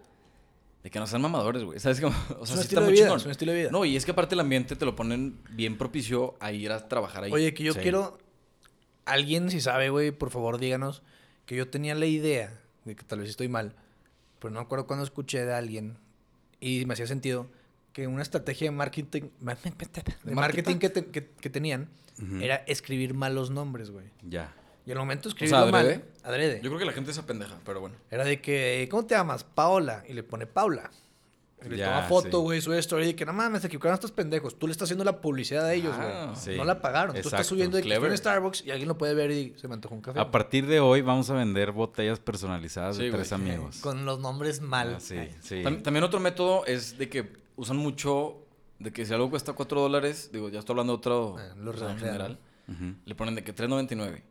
S2: De que no sean mamadores, güey. ¿Sabes cómo? O
S1: Es
S2: sea, sí
S1: un estilo
S2: está
S1: de
S2: muy
S1: vida,
S2: chingón.
S1: es un estilo de vida.
S2: No, y es que aparte el ambiente te lo ponen bien propicio a ir a trabajar ahí.
S1: Oye, que yo
S3: Sí.
S1: quiero. Alguien, si sabe, güey, por favor díganos. Que yo tenía la idea de que tal vez estoy mal. Pero no me acuerdo cuando escuché de alguien. Y me hacía sentido. Que una estrategia de marketing. De marketing que, te- que- que tenían.
S3: Ujú.
S1: Era escribir malos nombres, güey.
S3: Ya.
S1: Y al momento de
S2: sea,
S1: escribirlo mal.
S2: ¿adrede?
S1: Adrede.
S2: Yo creo que la gente se apendeja, pero bueno.
S1: Era de que. ¿Cómo te llamas? Paola. Y le pone Paula. Y Le
S3: Ya,
S1: toma
S3: sí.
S1: foto, güey, sube story de que no mames, se equivocaron estos pendejos. Tú le estás haciendo la publicidad a ellos, güey.
S2: Ah,
S3: sí.
S1: No la pagaron. Tú
S3: Exacto,
S1: estás subiendo de que estoy
S2: clever.
S1: en Starbucks y alguien lo puede ver y se me antojó un café.
S3: A partir de hoy vamos a vender botellas personalizadas
S2: Sí,
S3: de tres
S2: güey.
S3: amigos.
S1: Con los nombres mal.
S3: Ah, sí,
S1: Ay.
S3: sí.
S2: Tam- También otro método es de que usan mucho de que si algo cuesta 4 dólares, digo, ya estoy hablando de otro
S1: Ah, lo
S2: o sea, en
S1: redondean.
S2: general,
S3: Ujú.
S2: le ponen de que 3.99.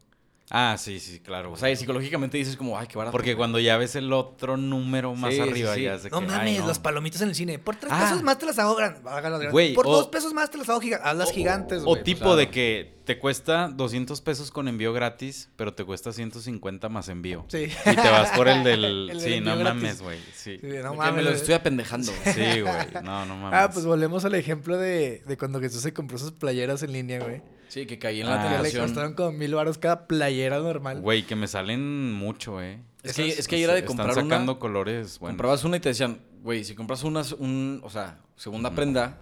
S3: Ah, sí, sí, claro.
S2: O
S3: güey.
S2: sea, y psicológicamente dices como, ay, qué barato.
S3: Porque cuando ya ves el otro número más
S2: Sí, sí,
S3: arriba,
S2: sí.
S3: ya es de
S1: No
S3: que,
S1: mames,
S3: ay, no.
S1: las palomitas en el cine. Por tres
S3: Ah.
S1: pesos más te las hago gran- háganlas grandes.
S3: Güey,
S1: Por
S3: o-
S1: dos pesos más te las hago giga- hazlas gigantes,
S3: O
S1: güey.
S3: tipo
S2: claro.
S3: de que te cuesta 200 pesos con envío gratis, pero te cuesta 150 más envío.
S1: Sí.
S3: Y te vas por el del...
S1: El del
S3: sí, no
S1: envío gratis.
S3: mames, güey. Sí.
S1: Sí, no
S2: Que
S1: mames.
S2: me lo
S1: güey.
S2: estoy apendejando. güey.
S3: Sí, güey. No, no mames.
S1: Ah, pues volvemos al ejemplo de, de cuando Jesús se compró sus playeras en línea, güey.
S2: Sí, que caí en la
S3: Ah.
S1: que le
S2: tentación.
S1: costaron como mil baros cada playera normal.
S3: Güey, que me salen mucho, eh.
S2: Es que-
S3: Esas-
S2: es que era de
S3: están
S2: comprar una-
S3: sacando colores, bueno.
S2: Comprabas una y te decían, güey, si compras una, un, o sea, segunda prenda,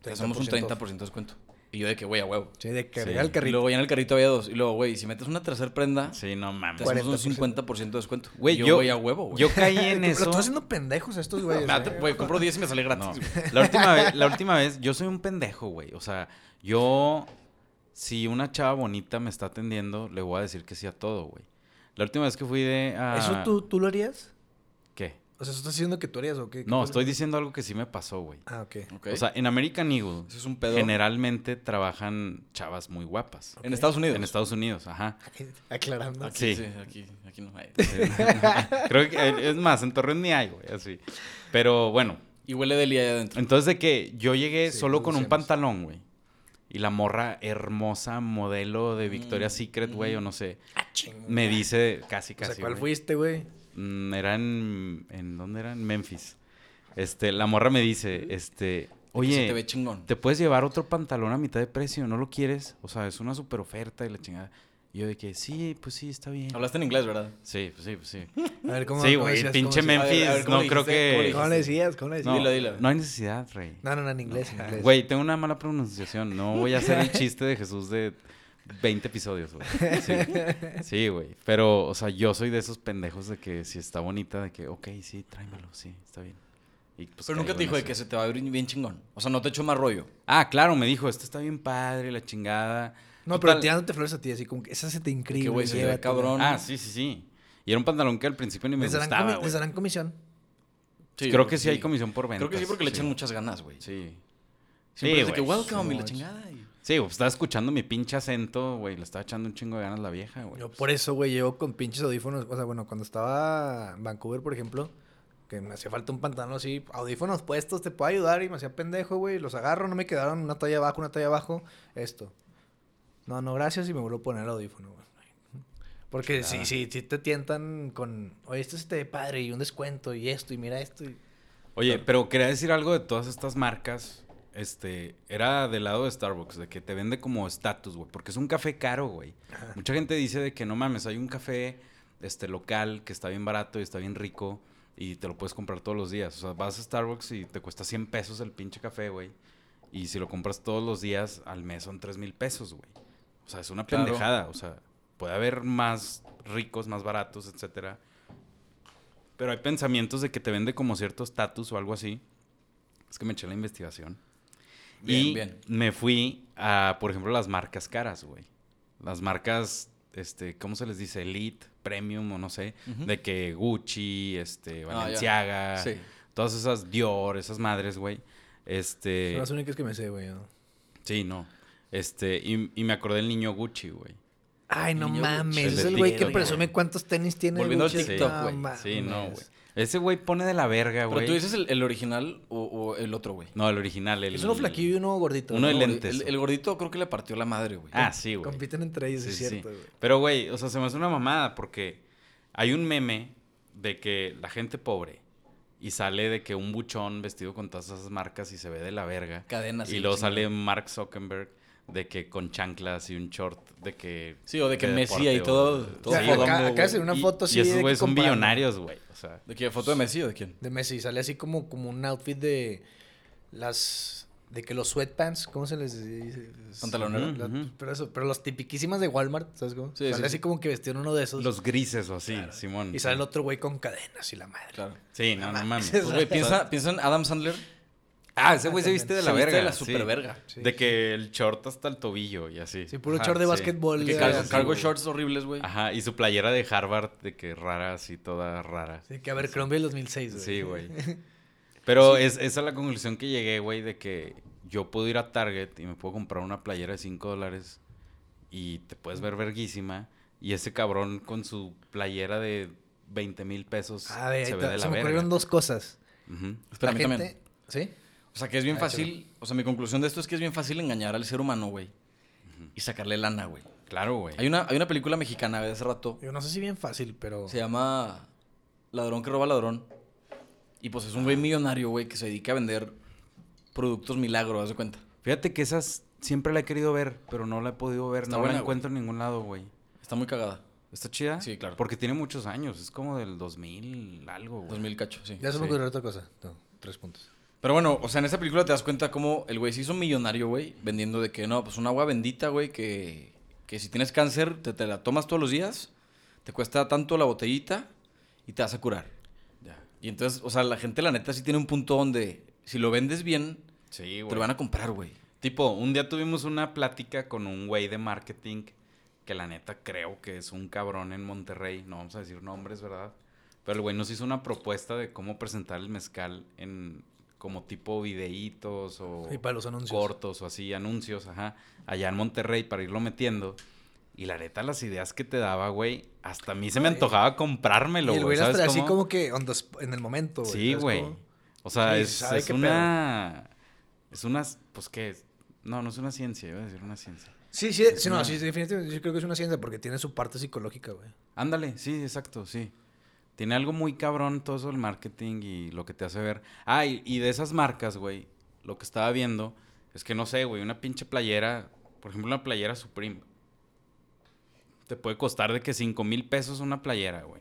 S2: te hacemos un 30%
S1: 30%
S2: de descuento. Y yo de que, güey, a huevo.
S1: Sí, de
S3: Sí.
S1: cargar el
S2: Y
S1: carrito.
S2: luego ya en el carrito había dos. Y luego, güey, si metes una tercera prenda,
S3: Sí, no mames.
S2: te hacemos un
S1: 40%.
S2: 50% de descuento.
S3: Güey,
S2: Y yo,
S3: yo-
S2: güey, a huevo, güey.
S3: Yo caí en
S1: Pero
S3: eso.
S1: estoy haciendo pendejos a
S3: Ah,
S1: estos güeyes.
S2: Espérate,
S1: ¿eh?
S2: güey, compro 10 y me sale gratis.
S3: No.
S2: güey.
S3: La última, vez, la última vez, yo soy un pendejo, güey. O sea, yo, si una chava bonita me está atendiendo, le voy a decir que sí a todo, güey. La última vez que fui de... a-
S1: ¿Eso tú, tú lo harías?
S3: ¿Qué?
S1: O sea, ¿eso estás diciendo que tú harías o qué? ¿Qué
S3: No,
S1: fue?
S3: estoy diciendo algo que sí me pasó, güey.
S1: Ah, ok.
S2: Ok.
S3: O sea, en American Eagle
S2: Eso es un pedo.
S3: generalmente trabajan chavas muy guapas.
S2: En Estados Unidos.
S3: En Estados Unidos, ajá.
S1: Aclarando.
S3: Aquí.
S2: Sí,
S3: Sí.
S2: aquí, aquí no hay.
S3: Creo que eh, es más, en Torreón ni hay, güey, así. Pero bueno,
S2: Y huele del día allá adentro.
S3: entonces de que yo llegué
S1: Sí,
S3: solo
S1: nos
S3: con un
S1: decíamos.
S3: pantalón, güey. Y la morra hermosa, modelo de Victoria's
S2: Mm,
S3: Secret, güey,
S2: ujú.
S3: o no sé.
S1: Ah, ching.
S3: Me dice casi,
S1: O
S3: casi.
S1: sea, ¿cuál
S3: güey.
S1: fuiste, güey?
S3: Mm, era en, en- ¿Dónde era? En Memphis. Este, la morra me dice, este...
S2: Que
S3: Oye,
S2: Se te ve chingón.
S3: te puedes llevar otro pantalón a mitad de precio, no lo quieres, o sea, es una super oferta y la chingada. Y yo de que, sí, pues sí, está bien.
S2: Hablaste en inglés, ¿verdad?
S3: Sí, pues sí, pues sí.
S1: A ver, ¿cómo
S3: sí,
S1: cómo
S3: güey,
S1: decías?
S3: pinche
S1: ¿Cómo
S2: A
S3: Memphis,
S2: ver, a ver, ¿cómo
S3: no
S2: le
S3: creo
S2: dijiste?
S3: que...
S1: decías? ¿Cómo le decías? ¿Cómo le decías?
S3: No,
S2: Dilo, dilo.
S3: no hay necesidad, rey.
S1: No, no, no, en inglés, en inglés.
S3: Güey, tengo una mala pronunciación, no voy a hacer el chiste de Jesús de 20 episodios, güey. Sí. Sí, güey, pero, o sea, yo soy de esos pendejos de que si está bonita, de que, ok, sí, tráemelo, sí, está bien. Y, pues,
S2: Pero nunca
S3: caigo
S2: te
S3: en
S2: dijo de
S3: eso.
S2: que se te va a abrir bien chingón. O sea, no te echó más rollo.
S3: Ah, claro, me dijo, esto está bien padre, la chingada.
S1: No, pero
S3: Total-
S1: tirándote flores a ti, así como que esa se te increíble.
S2: güey, se te ve
S1: llévatela.
S2: cabrón.
S3: Ah, sí, sí, sí. Y era un pantalón que al principio ni me
S1: ¿Les darán,
S3: gustaba,
S1: comi-
S3: güey.
S1: les darán comisión?
S2: Sí,
S3: Creo
S2: yo
S3: que sí hay comisión por ventas.
S2: Creo que sí porque le echan
S3: mucho.
S2: muchas ganas, güey.
S3: Sí.
S2: Siempre
S3: Sí,
S2: es de que
S3: güey.
S2: welcome y la
S1: Sí,
S2: chingada. y-
S3: Sí, pues estaba escuchando mi pinche acento, güey. Le estaba echando un chingo de ganas la vieja, güey.
S1: Yo por eso, güey, llevo con pinches audífonos. O sea, bueno, cuando estaba en Vancouver, por ejemplo, que me hacía falta un pantalón así, audífonos puestos, te puedo ayudar. Y me hacía pendejo, güey. Los agarro, no me quedaron una talla abajo, una talla abajo. Esto. No, no, gracias. Y me vuelvo a poner el audífono, güey. Porque sí, sí, sí te tientan con, oye, esto se te ve padre y un descuento y esto y mira esto. Y...
S3: Oye, pero quería decir algo de todas estas marcas. Este, era del lado de Starbucks, de que te vende como estatus, güey. Porque es un café caro, güey. Mucha gente dice de que no mames, hay un café este, local que está bien barato y está bien rico y te lo puedes comprar todos los días. O sea, vas a Starbucks y te cuesta 100 pesos el pinche café, güey. Y si lo compras todos los días, al mes son 3 mil pesos, güey. O sea, es una
S2: Claro.
S3: pendejada. O sea, puede haber más ricos, más baratos, etcétera. Pero hay pensamientos de que te vende como cierto estatus o algo así. Es que me eché la investigación.
S2: Bien,
S3: y
S2: bien.
S3: me fui a, por ejemplo, las marcas caras, güey. Las marcas este, ¿cómo se les dice? Elite, Premium o no sé,
S2: Ujú. Ah,
S3: de que Gucci, este,
S2: ya.
S3: Balenciaga,
S2: Sí.
S3: todas esas Dior, esas madres, güey. Este,
S1: Son las únicas que me sé, güey. ¿no?
S3: sí, no. Este, y, y me acordé del niño Gucci, güey.
S1: Ay, no
S2: Niño
S1: mames.
S3: Gucci.
S1: Es
S3: El
S1: el
S3: de
S1: güey
S3: Tito,
S1: que
S3: güey.
S1: presume cuántos tenis tiene. el
S2: Volviendo al
S1: Gucci.
S2: TikTok,
S1: No
S2: güey.
S1: mames.
S3: Sí, no, güey. Ese güey pone de la verga,
S2: Pero
S3: güey.
S2: tú dices el, el original o, o el otro, güey.
S3: No, el original. El...
S1: Es uno flaquillo y uno gordito.
S3: Uno
S1: ¿no?
S3: de
S2: güey.
S3: lentes.
S2: El, el gordito creo que le partió la madre, güey.
S3: Ah, sí, güey.
S1: Compiten entre ellos,
S3: Sí,
S1: es
S3: sí, sí.
S1: cierto, güey.
S3: Pero, güey, o sea, se me hace una mamada porque hay un meme de que la gente pobre y sale de que un buchón vestido con todas esas marcas y se ve de la verga.
S2: Cadenas.
S3: y
S2: la
S3: luego
S2: chingada.
S3: sale Mark Zuckerberg de que con chanclas y un short de que...
S2: Sí, o de que Messi
S3: deporte
S2: ahí
S3: o-
S2: todo- todo
S1: O sea,
S2: jodongo,
S1: acá,
S2: güey.
S1: acá hace una
S3: Y-
S1: foto así. de
S3: Y esos
S1: que
S3: güeyes son
S1: comparando.
S3: billonarios, güey. O sea,
S2: ¿De qué? ¿Foto de Messi o de quién?
S1: De Messi. Sale así como, como un outfit de las. De que los sweatpants, ¿cómo se les dice?
S2: Pantalonero.
S1: La-
S3: Ujú.
S1: Pero eso, pero las tipiquísimas de Walmart, ¿sabes cómo?
S2: Sí,
S1: sale
S2: sí,
S1: así
S2: sí.
S1: como que vestían uno de esos.
S3: los grises o así, Simón.
S1: y sale el otro güey con cadenas y la madre.
S2: Claro.
S3: Sí, no, no mames.
S2: Pues, güey, piensa, piensa en Adam Sandler.
S3: Ah, ese güey se
S1: también.
S3: viste de
S2: Se
S3: la
S2: viste
S3: verga.
S2: de la
S3: sí.
S2: superverga.
S1: Sí,
S3: de
S1: sí.
S3: que el short hasta el tobillo y así.
S1: Sí, puro
S3: Ajá,
S1: short de
S3: sí.
S1: básquetbol.
S2: De
S1: Sí,
S2: que cargo,
S1: sí,
S2: cargo
S1: güey.
S2: shorts horribles, güey.
S3: Ajá, y su playera de Harvard, de que rara, así, toda rara.
S1: Sí, que a ver, Colombia del 2006, güey.
S3: Sí, güey. Pero es, esa es la conclusión que llegué, güey, de que yo puedo ir a Target y me puedo comprar una playera de 5 dólares y te puedes ver verguísima. Y ese cabrón con su playera de 20 mil pesos
S1: A ver,
S3: se
S1: ahí
S3: ve
S1: está.
S3: de
S1: Ah, se
S3: la
S1: me
S3: verga.
S1: ocurrieron dos cosas.
S3: Ujú.
S2: Pero a
S1: La
S2: mí
S1: gente-
S2: también.
S1: ¿Sí?
S2: O sea, que es bien
S1: Ah,
S2: fácil. O sea, mi conclusión de esto es que es bien fácil engañar al ser humano, güey. Y sacarle lana, güey.
S3: Claro, güey.
S2: Hay una, hay una película mexicana de hace rato.
S1: Yo no sé si bien fácil, pero.
S2: Se llama Ladrón que roba ladrón. Y pues es un güey millonario, güey, que se dedica a vender productos milagro, haz de cuenta.
S3: Fíjate que esas siempre la he querido ver, pero no la he podido ver.
S2: Está
S3: no
S2: buena,
S3: la
S2: güey.
S3: encuentro en ningún lado, güey.
S2: Está muy cagada.
S3: ¿Está chida?
S2: Sí, claro.
S3: Porque tiene muchos años. Es como del 2000 algo, güey.
S2: 2000 cacho, sí.
S1: ya se me
S3: sí.
S1: ocurrió otra cosa. No, tres puntos.
S2: Pero bueno, o sea, en esa película te das cuenta cómo el güey se hizo millonario, güey, vendiendo de que no, pues un agua bendita, güey, que, que si tienes cáncer, te, te la tomas todos los días, te cuesta tanto la botellita y te vas a curar.
S3: Ya.
S2: Y entonces, o sea, la gente, la neta, sí tiene un punto donde si lo vendes bien,
S3: Sí,
S2: te
S3: güey.
S2: lo van a comprar, güey.
S3: Tipo, un día tuvimos una plática con un güey de marketing que la neta creo que es un cabrón en Monterrey. No vamos a decir nombres, ¿verdad? Pero el güey nos hizo una propuesta de cómo presentar el mezcal en como tipo videitos o
S1: Y para los anuncios.
S3: cortos o así, anuncios, ajá, allá en Monterrey para irlo metiendo. Y la neta, las ideas que te daba, güey, hasta a mí se me antojaba comprármelo,
S1: Y el güey
S3: güey.
S1: las
S3: ¿sabes
S1: trae así
S3: cómo?
S1: como que on the sp- en el momento, güey.
S3: Sí,
S1: ¿sabes
S3: güey.
S1: cómo?
S3: O sea,
S1: Sí,
S3: es,
S1: sabe
S3: es
S1: qué
S3: una. Es una. Pues qué. No, no es una ciencia, iba a decir una ciencia.
S1: Sí, sí, sí,
S3: una-
S1: no, sí, definitivamente. Yo creo que es una ciencia porque tiene su parte psicológica, güey.
S3: Ándale, sí, exacto, sí. Tiene algo muy cabrón todo eso el marketing y lo que te hace ver. Ah, y, y de esas marcas, güey, lo que estaba viendo es que no sé, güey, una pinche playera, por ejemplo, una playera Supreme. Te puede costar de que 5 mil pesos una playera, güey.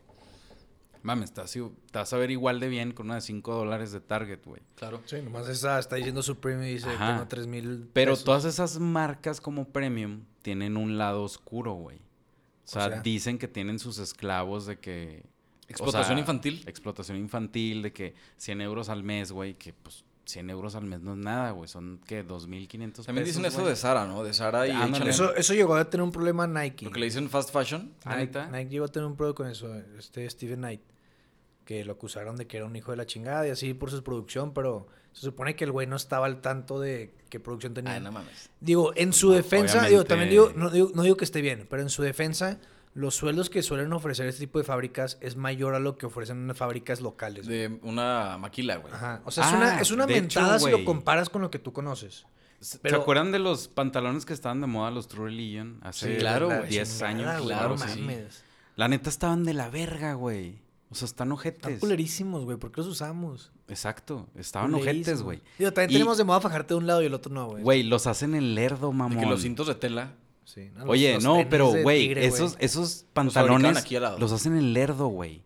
S3: Mames, te vas a- te vas a ver igual de bien con una de 5 dólares de Target, güey.
S2: Claro.
S1: Sí, nomás esa está diciendo Supreme y dice,
S3: Ajá.
S1: tengo 3 mil.
S3: Pero
S1: pesos.
S3: todas esas marcas como premium tienen un lado oscuro, güey. O sea,
S1: sea.
S3: dicen que tienen sus esclavos de que... o
S2: Explotación
S3: sea,
S2: infantil.
S3: Explotación infantil, de que 100 euros al mes, güey, que pues 100 euros al mes no es nada, güey. Son, ¿qué? 2.500 pesos.
S2: También dicen eso
S3: güey.
S2: de Sara, ¿no? De Sara y H&M.
S3: Ándale.
S1: Eso, eso llegó a tener un problema Nike.
S2: Lo que le dicen fast fashion.
S3: Ah,
S1: Nike,
S3: ¿neta?
S1: Nike llegó a tener un problema con eso, este Steven Knight, que lo acusaron de que era un hijo de la chingada y así por su producción, pero se supone que el güey no estaba al tanto de qué producción tenía.
S2: Ay, no mames.
S1: Digo, en su
S3: No,
S1: defensa, digo,
S3: obviamente.
S1: también digo no, digo, no digo que esté bien, pero en su defensa, los sueldos que suelen ofrecer este tipo de fábricas es mayor a lo que ofrecen unas fábricas locales. güey.
S2: De una maquila, güey.
S1: Ajá. O sea, es
S3: Ah,
S1: una, es una
S3: de hecho,
S1: mentada si lo
S3: güey.
S1: comparas con lo que tú conoces.
S3: ¿Se
S1: pero-
S3: acuerdan de los pantalones que estaban de moda, los True Religion? Hace
S2: Sí, claro,
S1: la
S2: güey.
S3: 10 años,
S1: chingada, güey,
S3: claro,
S1: no
S3: sí.
S1: mames.
S3: La neta estaban de la verga, güey. O sea, están
S1: Están
S3: ojetes.
S1: culerísimos, güey. ¿Por qué los usamos?
S3: Exacto, estaban ojetes,
S1: Culerísimos.
S3: güey.
S1: Digo, también
S3: Y-
S1: tenemos de moda fajarte de un lado y el otro no, güey.
S3: Güey, los hacen en lerdo, mamón.
S2: De que los cintos de tela.
S1: Sí, no, los-
S3: Oye,
S1: los
S3: no,
S1: tenis
S3: pero,
S1: de
S3: güey,
S1: tigre,
S3: esos, esos
S2: fabricaban
S3: pantalones
S2: aquí al lado.
S3: los hacen en Lerdo, güey.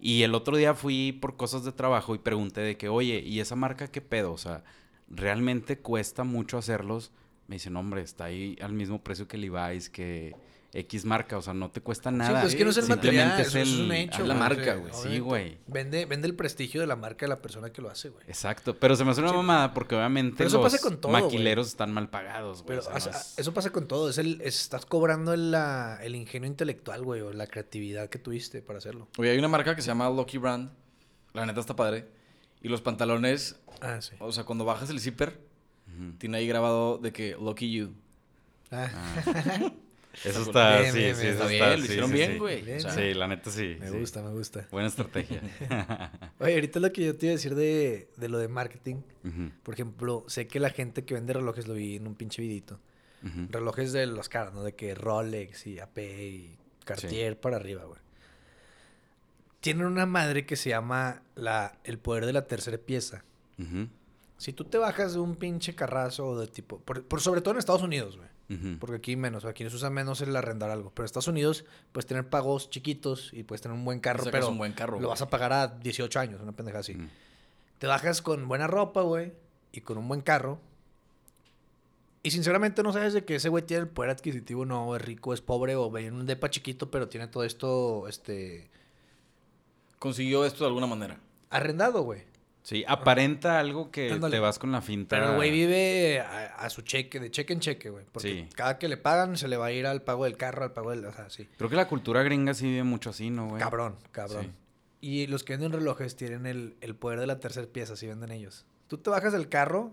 S3: Y el otro día fui por cosas de trabajo y pregunté de que, oye, ¿y esa marca qué pedo? O sea, ¿realmente cuesta mucho hacerlos? Me dicen, hombre, está ahí al mismo precio que Levi's, que X marca, o sea, no te cuesta nada.
S1: pues, es que no es el
S3: Simplemente
S1: material, eso es un
S3: el-
S1: hecho,
S3: haz la
S1: güey, o
S3: marca,
S1: sea,
S3: güey. Sí,
S1: obviamente.
S3: güey.
S1: Vende, vende el prestigio de la marca de la persona que lo hace, güey.
S3: Exacto, pero se me hace una
S1: Sí.
S3: mamada porque obviamente
S1: Pero eso
S3: los
S1: pasa con todo,
S3: maquileros están mal pagados, güey.
S1: Pero
S3: o sea, no
S1: o sea,
S3: es-
S1: eso pasa con todo. Es el, es- estás cobrando el, la- el ingenio intelectual, güey, o la creatividad que tuviste para hacerlo.
S2: Oye, hay una marca que se llama Lucky Brand. La neta está padre. Y los pantalones,
S1: Ah, sí.
S2: o sea, cuando bajas el zipper,
S3: Ujú.
S2: tiene ahí grabado de que Lucky You.
S1: Ah,
S3: Eso está,
S1: Bien,
S3: sí,
S1: bien,
S3: sí,
S1: bien.
S3: eso
S2: Está
S3: está,
S2: bien, lo
S3: sí,
S2: hicieron
S3: sí,
S2: bien,
S3: sí.
S2: güey.
S1: Bien,
S2: O sea,
S3: Sí, la neta sí. Ah.
S1: me
S3: sí.
S1: gusta, me gusta.
S3: Buena estrategia.
S1: Oye, ahorita lo que yo te iba a decir de, de lo de marketing.
S3: Ujú,
S1: Por ejemplo, sé que la gente que vende relojes lo vi en un pinche vidito.
S3: ujú.
S1: Relojes de los caras, ¿no? De que Rolex y AP y Cartier para arriba, güey. Tienen una madre que se llama la, el poder de la tercera pieza.
S3: Ujú,
S1: Si tú te bajas de un pinche carrazo de tipo... Por, por sobre todo en Estados Unidos, güey.
S3: ujú.
S1: Porque aquí menos, aquí se usa menos el arrendar algo. Pero en Estados Unidos puedes tener pagos chiquitos y puedes tener un buen carro,
S2: sacas
S1: pero
S2: un buen carro, Mm.
S1: lo
S2: güey.
S1: vas a pagar a 18 años, una pendeja así.
S3: Ujú.
S1: Te bajas con buena ropa, güey, y con un buen carro. Y sinceramente no sabes de que ese güey tiene el poder adquisitivo, no, es rico, es pobre, o ve en un depa chiquito, pero tiene todo esto, este,
S2: consiguió esto de alguna manera.
S1: arrendado, güey.
S3: Sí, aparenta algo que
S1: Ándale.
S3: te vas con la finta.
S2: Ah.
S1: Pero el güey vive a, a su cheque, de cheque en cheque, güey. Porque
S3: Sí.
S1: cada que le pagan se le va a ir al pago del carro, al pago del, o sea, sí.
S3: Creo que la cultura gringa sí vive mucho así, ¿no, güey?
S1: Cabrón, cabrón.
S3: Sí.
S1: Y los que venden relojes tienen el, el poder de la tercera pieza, si venden ellos. Tú te bajas del carro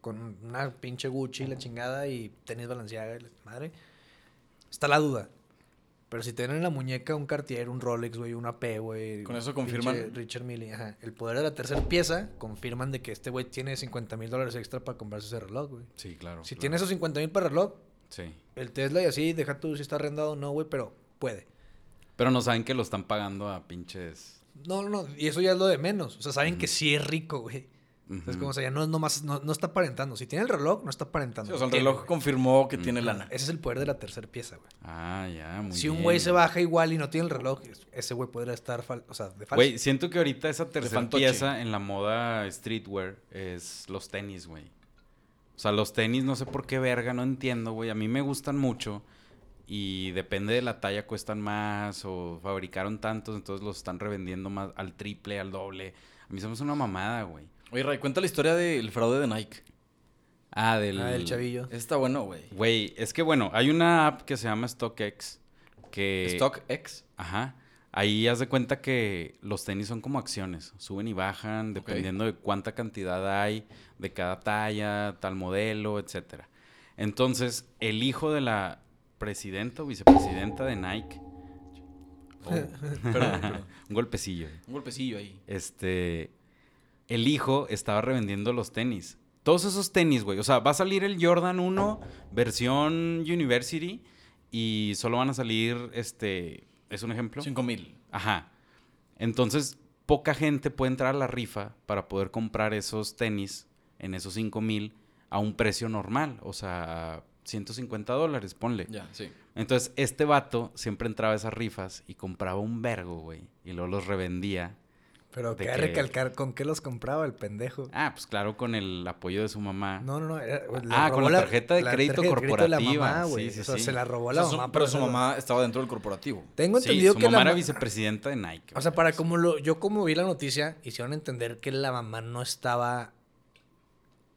S1: con una pinche Gucci, y la chingada, y tenis balanceada, madre. Está la duda. Pero si tienen en la muñeca un Cartier, un Rolex, güey, un AP, güey.
S2: Con eso
S1: un pinche
S2: confirman.
S1: Richard Mille, ajá. El poder de la tercera pieza confirman de que este güey tiene 50 mil dólares extra para comprarse ese reloj, güey.
S3: Sí, claro.
S1: Si
S3: claro.
S1: tiene esos 50 mil para reloj,
S3: Sí.
S1: el Tesla y así, deja tú si está arrendado o no, güey, pero puede.
S3: Pero no saben que lo están pagando a pinches.
S1: No, no, no, y eso ya es lo de menos. O sea, saben que sí es rico, güey. Entonces,
S3: Ujú.
S1: como, o sea, ya no, es nomás- no, no está aparentando. Si tiene el reloj, no está aparentando.
S2: Sí, o sea, el
S1: Tiene,
S2: reloj
S1: güey.
S2: confirmó que tiene lana.
S1: Ese es el poder de la tercera pieza, güey.
S3: Ah, ya, muy
S1: si un
S3: bien.
S1: güey se baja igual y no tiene el reloj, es- ese güey podría estar, fal- o sea, de falso.
S3: Güey, siento que ahorita esa tercera
S2: fantoche.
S3: pieza en la moda streetwear es los tenis, güey. O sea, los tenis no sé por qué verga, no entiendo, güey. A mí me gustan mucho y depende de la talla cuestan más o fabricaron tantos, entonces los están revendiendo más al triple, al doble. A mí somos una mamada, güey.
S2: Oye, Ray, cuenta la historia del fraude de Nike.
S3: Ah, del
S1: Ah, el chavillo.
S2: Ese Está bueno, güey.
S3: Güey, es que bueno, hay una app que se llama StockX que
S2: StockX.
S3: Ajá. Ahí haz de cuenta que los tenis son como acciones, suben y bajan dependiendo de cuánta cantidad hay de cada talla, tal modelo, etcétera. Entonces, el hijo de la presidenta o vicepresidenta de Nike, oh,
S2: Perdón, perdón.
S3: un golpecillo. eh.
S2: Un golpecillo ahí.
S3: Este, el hijo estaba revendiendo los tenis. Todos esos tenis, güey. O sea, va a salir el Jordan 1 versión University y solo van a salir este, es un ejemplo.
S2: Cinco mil.
S3: Ajá. Entonces, poca gente puede entrar a la rifa para poder comprar esos tenis en esos 5 mil a un precio normal, o sea, 150 dólares, ponle.
S2: Ya, sí.
S3: Entonces, este vato siempre entraba a esas rifas y compraba un vergo, güey, y luego los revendía.
S1: Pero
S3: de
S1: queda
S3: que-
S1: recalcar con qué los compraba el pendejo.
S3: Ah, pues claro, con el apoyo de su mamá.
S1: No, no, no. era- le
S3: Ah,
S1: robó
S3: con la tarjeta de
S1: tarjeta
S3: crédito
S1: de crédito de
S3: corporativa.
S1: la mamá,
S3: Sí,
S1: güey.
S3: sí,
S1: o sea,
S3: sí.
S1: se la robó
S2: O
S1: la
S2: sea, su-
S1: mamá.
S2: pero
S1: para
S2: su
S1: hacerlo.
S2: mamá estaba dentro del corporativo.
S1: Tengo
S3: Sí,
S1: entendido
S3: su
S1: que
S3: mamá
S1: la
S3: era
S1: ma-
S3: vicepresidenta de Nike.
S1: O
S3: güey.
S1: sea, para como lo, yo como vi la noticia, hicieron entender que la mamá no estaba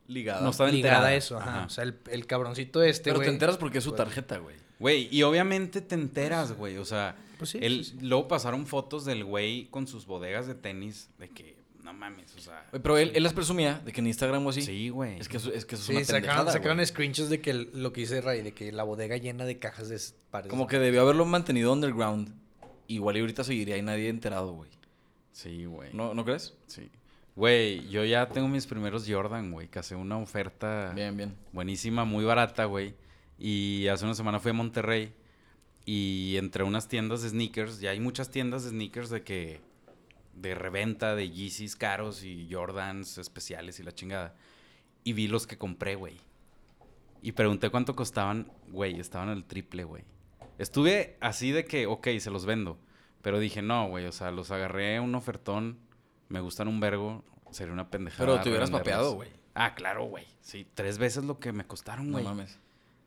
S2: Ligada.
S3: No estaba
S1: ligada a
S3: enterada.
S1: eso. Ajá.
S3: Ajá.
S1: O sea, el, el cabroncito este,
S2: pero
S1: güey.
S2: te enteras porque es su tarjeta, güey.
S3: Güey, y obviamente te enteras, güey. O sea,
S1: Pues sí,
S3: él-
S1: sí,
S3: luego pasaron fotos del güey con sus bodegas de tenis de que, no mames, o sea.
S2: Oye, Pero él, él las presumía de que en Instagram o así.
S3: Sí, güey.
S2: Es que eso es, que eso es
S1: Sí,
S2: una
S1: sacaron,
S2: pendejada,
S1: sacaron
S2: güey.
S1: screenshots de que el- lo que dice Ray, de que la bodega llena de cajas de s- pares.
S2: Como que debió haberlo mantenido underground. Igual y ahorita seguiría y nadie enterado, güey.
S3: Sí, güey.
S2: ¿No, ¿No crees?
S3: Sí. Güey, yo ya tengo mis primeros Jordan, güey, que hace una oferta
S2: Bien, bien.
S3: buenísima, muy barata, güey. Y hace una semana fui a Monterrey y entre unas tiendas de sneakers, ya hay muchas tiendas de sneakers de que de reventa de Yeezys caros y Jordans especiales y la chingada. Y vi los que compré, güey. Y pregunté cuánto costaban, güey, estaban al triple, güey. Estuve así de que, ok, se los vendo. Pero dije, no, güey, o sea, los agarré un ofertón, me gustan un vergo, sería una
S2: Ah,
S3: pendejada.
S2: Pero te hubieras
S3: revenderlos.
S2: mapeado, güey.
S3: Ah, claro, güey. Sí, tres veces lo que me costaron,
S2: No
S3: güey.
S2: mames.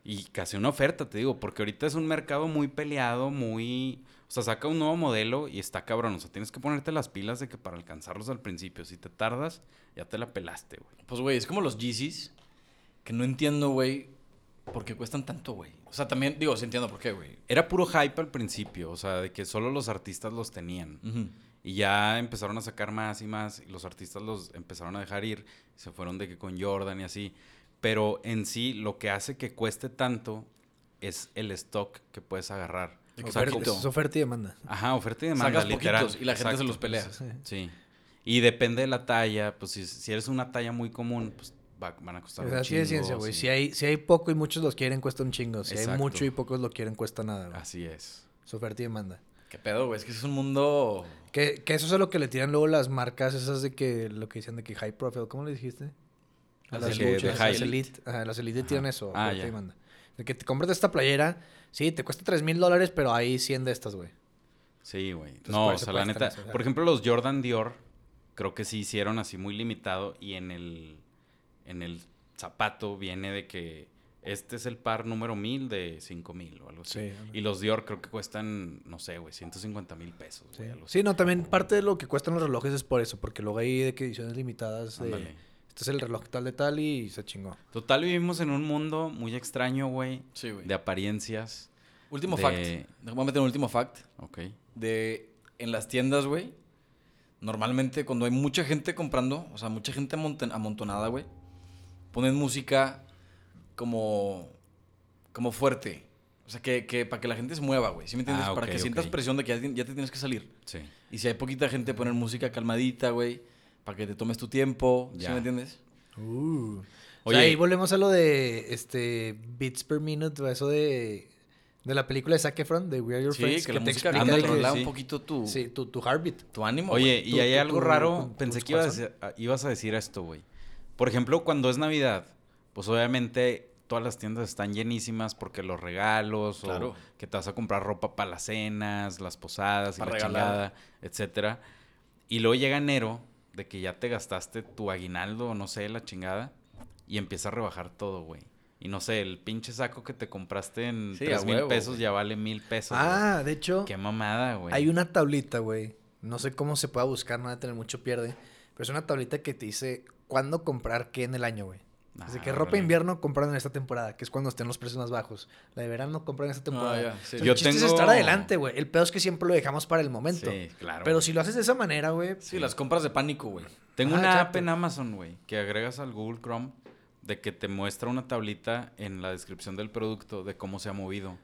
S3: Y casi una oferta, te digo, porque ahorita es un mercado muy peleado, muy... O sea, saca un nuevo modelo y está cabrón. O sea, tienes que ponerte las pilas de que para alcanzarlos al principio, si te tardas, ya te la pelaste, güey.
S2: Pues, güey, es como los Yeezys. Que no entiendo, güey, por qué cuestan tanto, güey. O sea, también, digo, sí entiendo por qué, güey.
S3: Era puro hype al principio, o sea, de que solo los artistas los tenían.
S2: Ujú.
S3: Y ya empezaron a sacar más y más, y los artistas los empezaron a dejar ir, se fueron de que con Jordan y así. Pero en sí, lo que hace que cueste tanto es el stock que puedes agarrar.
S2: De que
S3: O sea,
S2: oferta-
S3: como-
S1: Es oferta y demanda.
S3: Ajá, oferta y demanda,
S2: Sacas
S3: literal.
S2: poquitos y la gente se los pelea.
S3: Sí. Sí. Y depende de la talla, pues si, si eres una talla muy común, pues va- van a costar
S1: O
S3: un
S1: sea, así de
S3: chingo,
S1: ciencia, güey.
S3: sí.
S1: Si hay, si hay poco y muchos los quieren, cuesta un chingo. Si hay
S3: Exacto.
S1: mucho y pocos lo quieren, cuesta nada. güey.
S3: Así es.
S1: Es oferta y demanda.
S2: ¿Qué pedo, güey? Es que es un mundo.
S1: Que, que eso es a lo que le tiran luego las marcas esas de que lo que dicen de que high profile. ¿Cómo le dijiste? A
S3: Las
S1: las
S3: de que-
S1: luchas,
S3: de
S1: las
S3: high elite.
S1: elite. Ajá, las elite tiran eso.
S3: Ah,
S1: oferta y
S3: ya.
S1: demanda. De que te compras esta playera, sí, te cuesta 3 mil dólares, pero hay 100 de estas, güey.
S3: Sí, güey.
S1: por
S3: No, o
S1: eso
S3: sea, la
S1: cuestan
S3: neta.
S1: eso, o sea.
S3: Por ejemplo, los Jordan Dior, creo que sí hicieron así muy limitado. Y en el, en el zapato viene de que este es el par número mil de cinco mil o algo así.
S1: Sí, ándale.
S3: Pues y los Dior creo que cuestan, no sé, güey, 150 mil pesos.
S1: Sí.
S3: güey, algo así.
S1: Sí, no, también parte de lo que cuestan los relojes es por eso, porque luego hay de que ediciones limitadas de
S3: Ándale.
S1: este es el reloj tal de tal y se chingó.
S3: Total, vivimos en un mundo muy extraño, güey.
S2: Sí, güey.
S3: De apariencias.
S2: Último
S3: de-
S2: fact. Voy a meter un último fact.
S3: Ok.
S2: de en las tiendas, güey. Normalmente cuando hay mucha gente comprando, o sea, mucha gente amonten- amontonada, güey, ponen música como como fuerte. O sea, que, que para que la gente se mueva, güey. ¿Sí me entiendes?
S3: Ah,
S2: para
S3: ok,
S2: que sientas
S3: ok.
S2: presión de que ya, ti- ya te tienes que salir.
S3: Sí.
S2: Y si hay poquita gente, poner música calmadita, güey, para que te tomes tu tiempo. ¿Sí
S3: Ya.
S2: me entiendes?
S1: Uh. O
S3: Oye.
S1: sea, ahí volvemos a lo de este beats per minute, o eso de, de la película de Zac Efron, de We Are Your
S2: Sí,
S1: Friends,
S2: que la música
S1: explica
S2: anda
S1: de
S2: a
S1: que-
S2: controlar
S3: sí.
S2: un poquito tu,
S1: sí, tu, tu heartbeat.
S2: tu ánimo.
S3: Oye,
S1: güey.
S3: y
S1: Tú-
S3: hay
S1: tú-
S3: algo
S1: tú-
S3: raro.
S1: con-
S3: Pensé
S1: con
S3: que ibas a,
S1: Squarespace.
S3: decir, a- ibas a decir esto, güey. Por ejemplo, cuando es Navidad, pues obviamente todas las tiendas están llenísimas porque los regalos
S2: Claro.
S3: o que te vas a comprar ropa para las cenas, las posadas, y
S2: Para
S3: la
S2: regalar.
S3: chingada, etcétera. Y luego llega enero de que ya te gastaste tu aguinaldo, o no sé, la chingada, y empieza a rebajar todo, güey. Y no sé, el pinche saco que te compraste en
S2: Sí, a
S3: tres mil
S2: huevo,
S3: pesos
S2: güey.
S3: ya vale mil pesos. güey.
S1: Ah, de hecho,
S3: Qué mamada, güey.
S1: hay una tablita, güey. No sé cómo se pueda buscar, no de tener mucho pierde. Pero es una tablita que te dice cuándo comprar qué en el año, güey. Así
S3: Ah,
S1: que ropa
S3: órale.
S1: invierno compran en esta temporada, que es cuando estén los precios más bajos. La de verano compran en esta temporada.
S2: Ah, ya, sí.
S1: O sea,
S3: Yo
S1: el chiste es
S3: tengo-
S1: estar adelante, güey. El pedo es que siempre lo dejamos para el momento.
S3: Sí, claro.
S1: Pero
S3: güey.
S1: si lo haces de esa manera, güey.
S2: Sí, las compras de pánico, güey.
S3: Tengo
S1: Ah,
S3: una
S1: exacto.
S3: app en Amazon, güey, que agregas al Google Chrome de que te muestra una tablita en la descripción del producto de cómo se ha movido.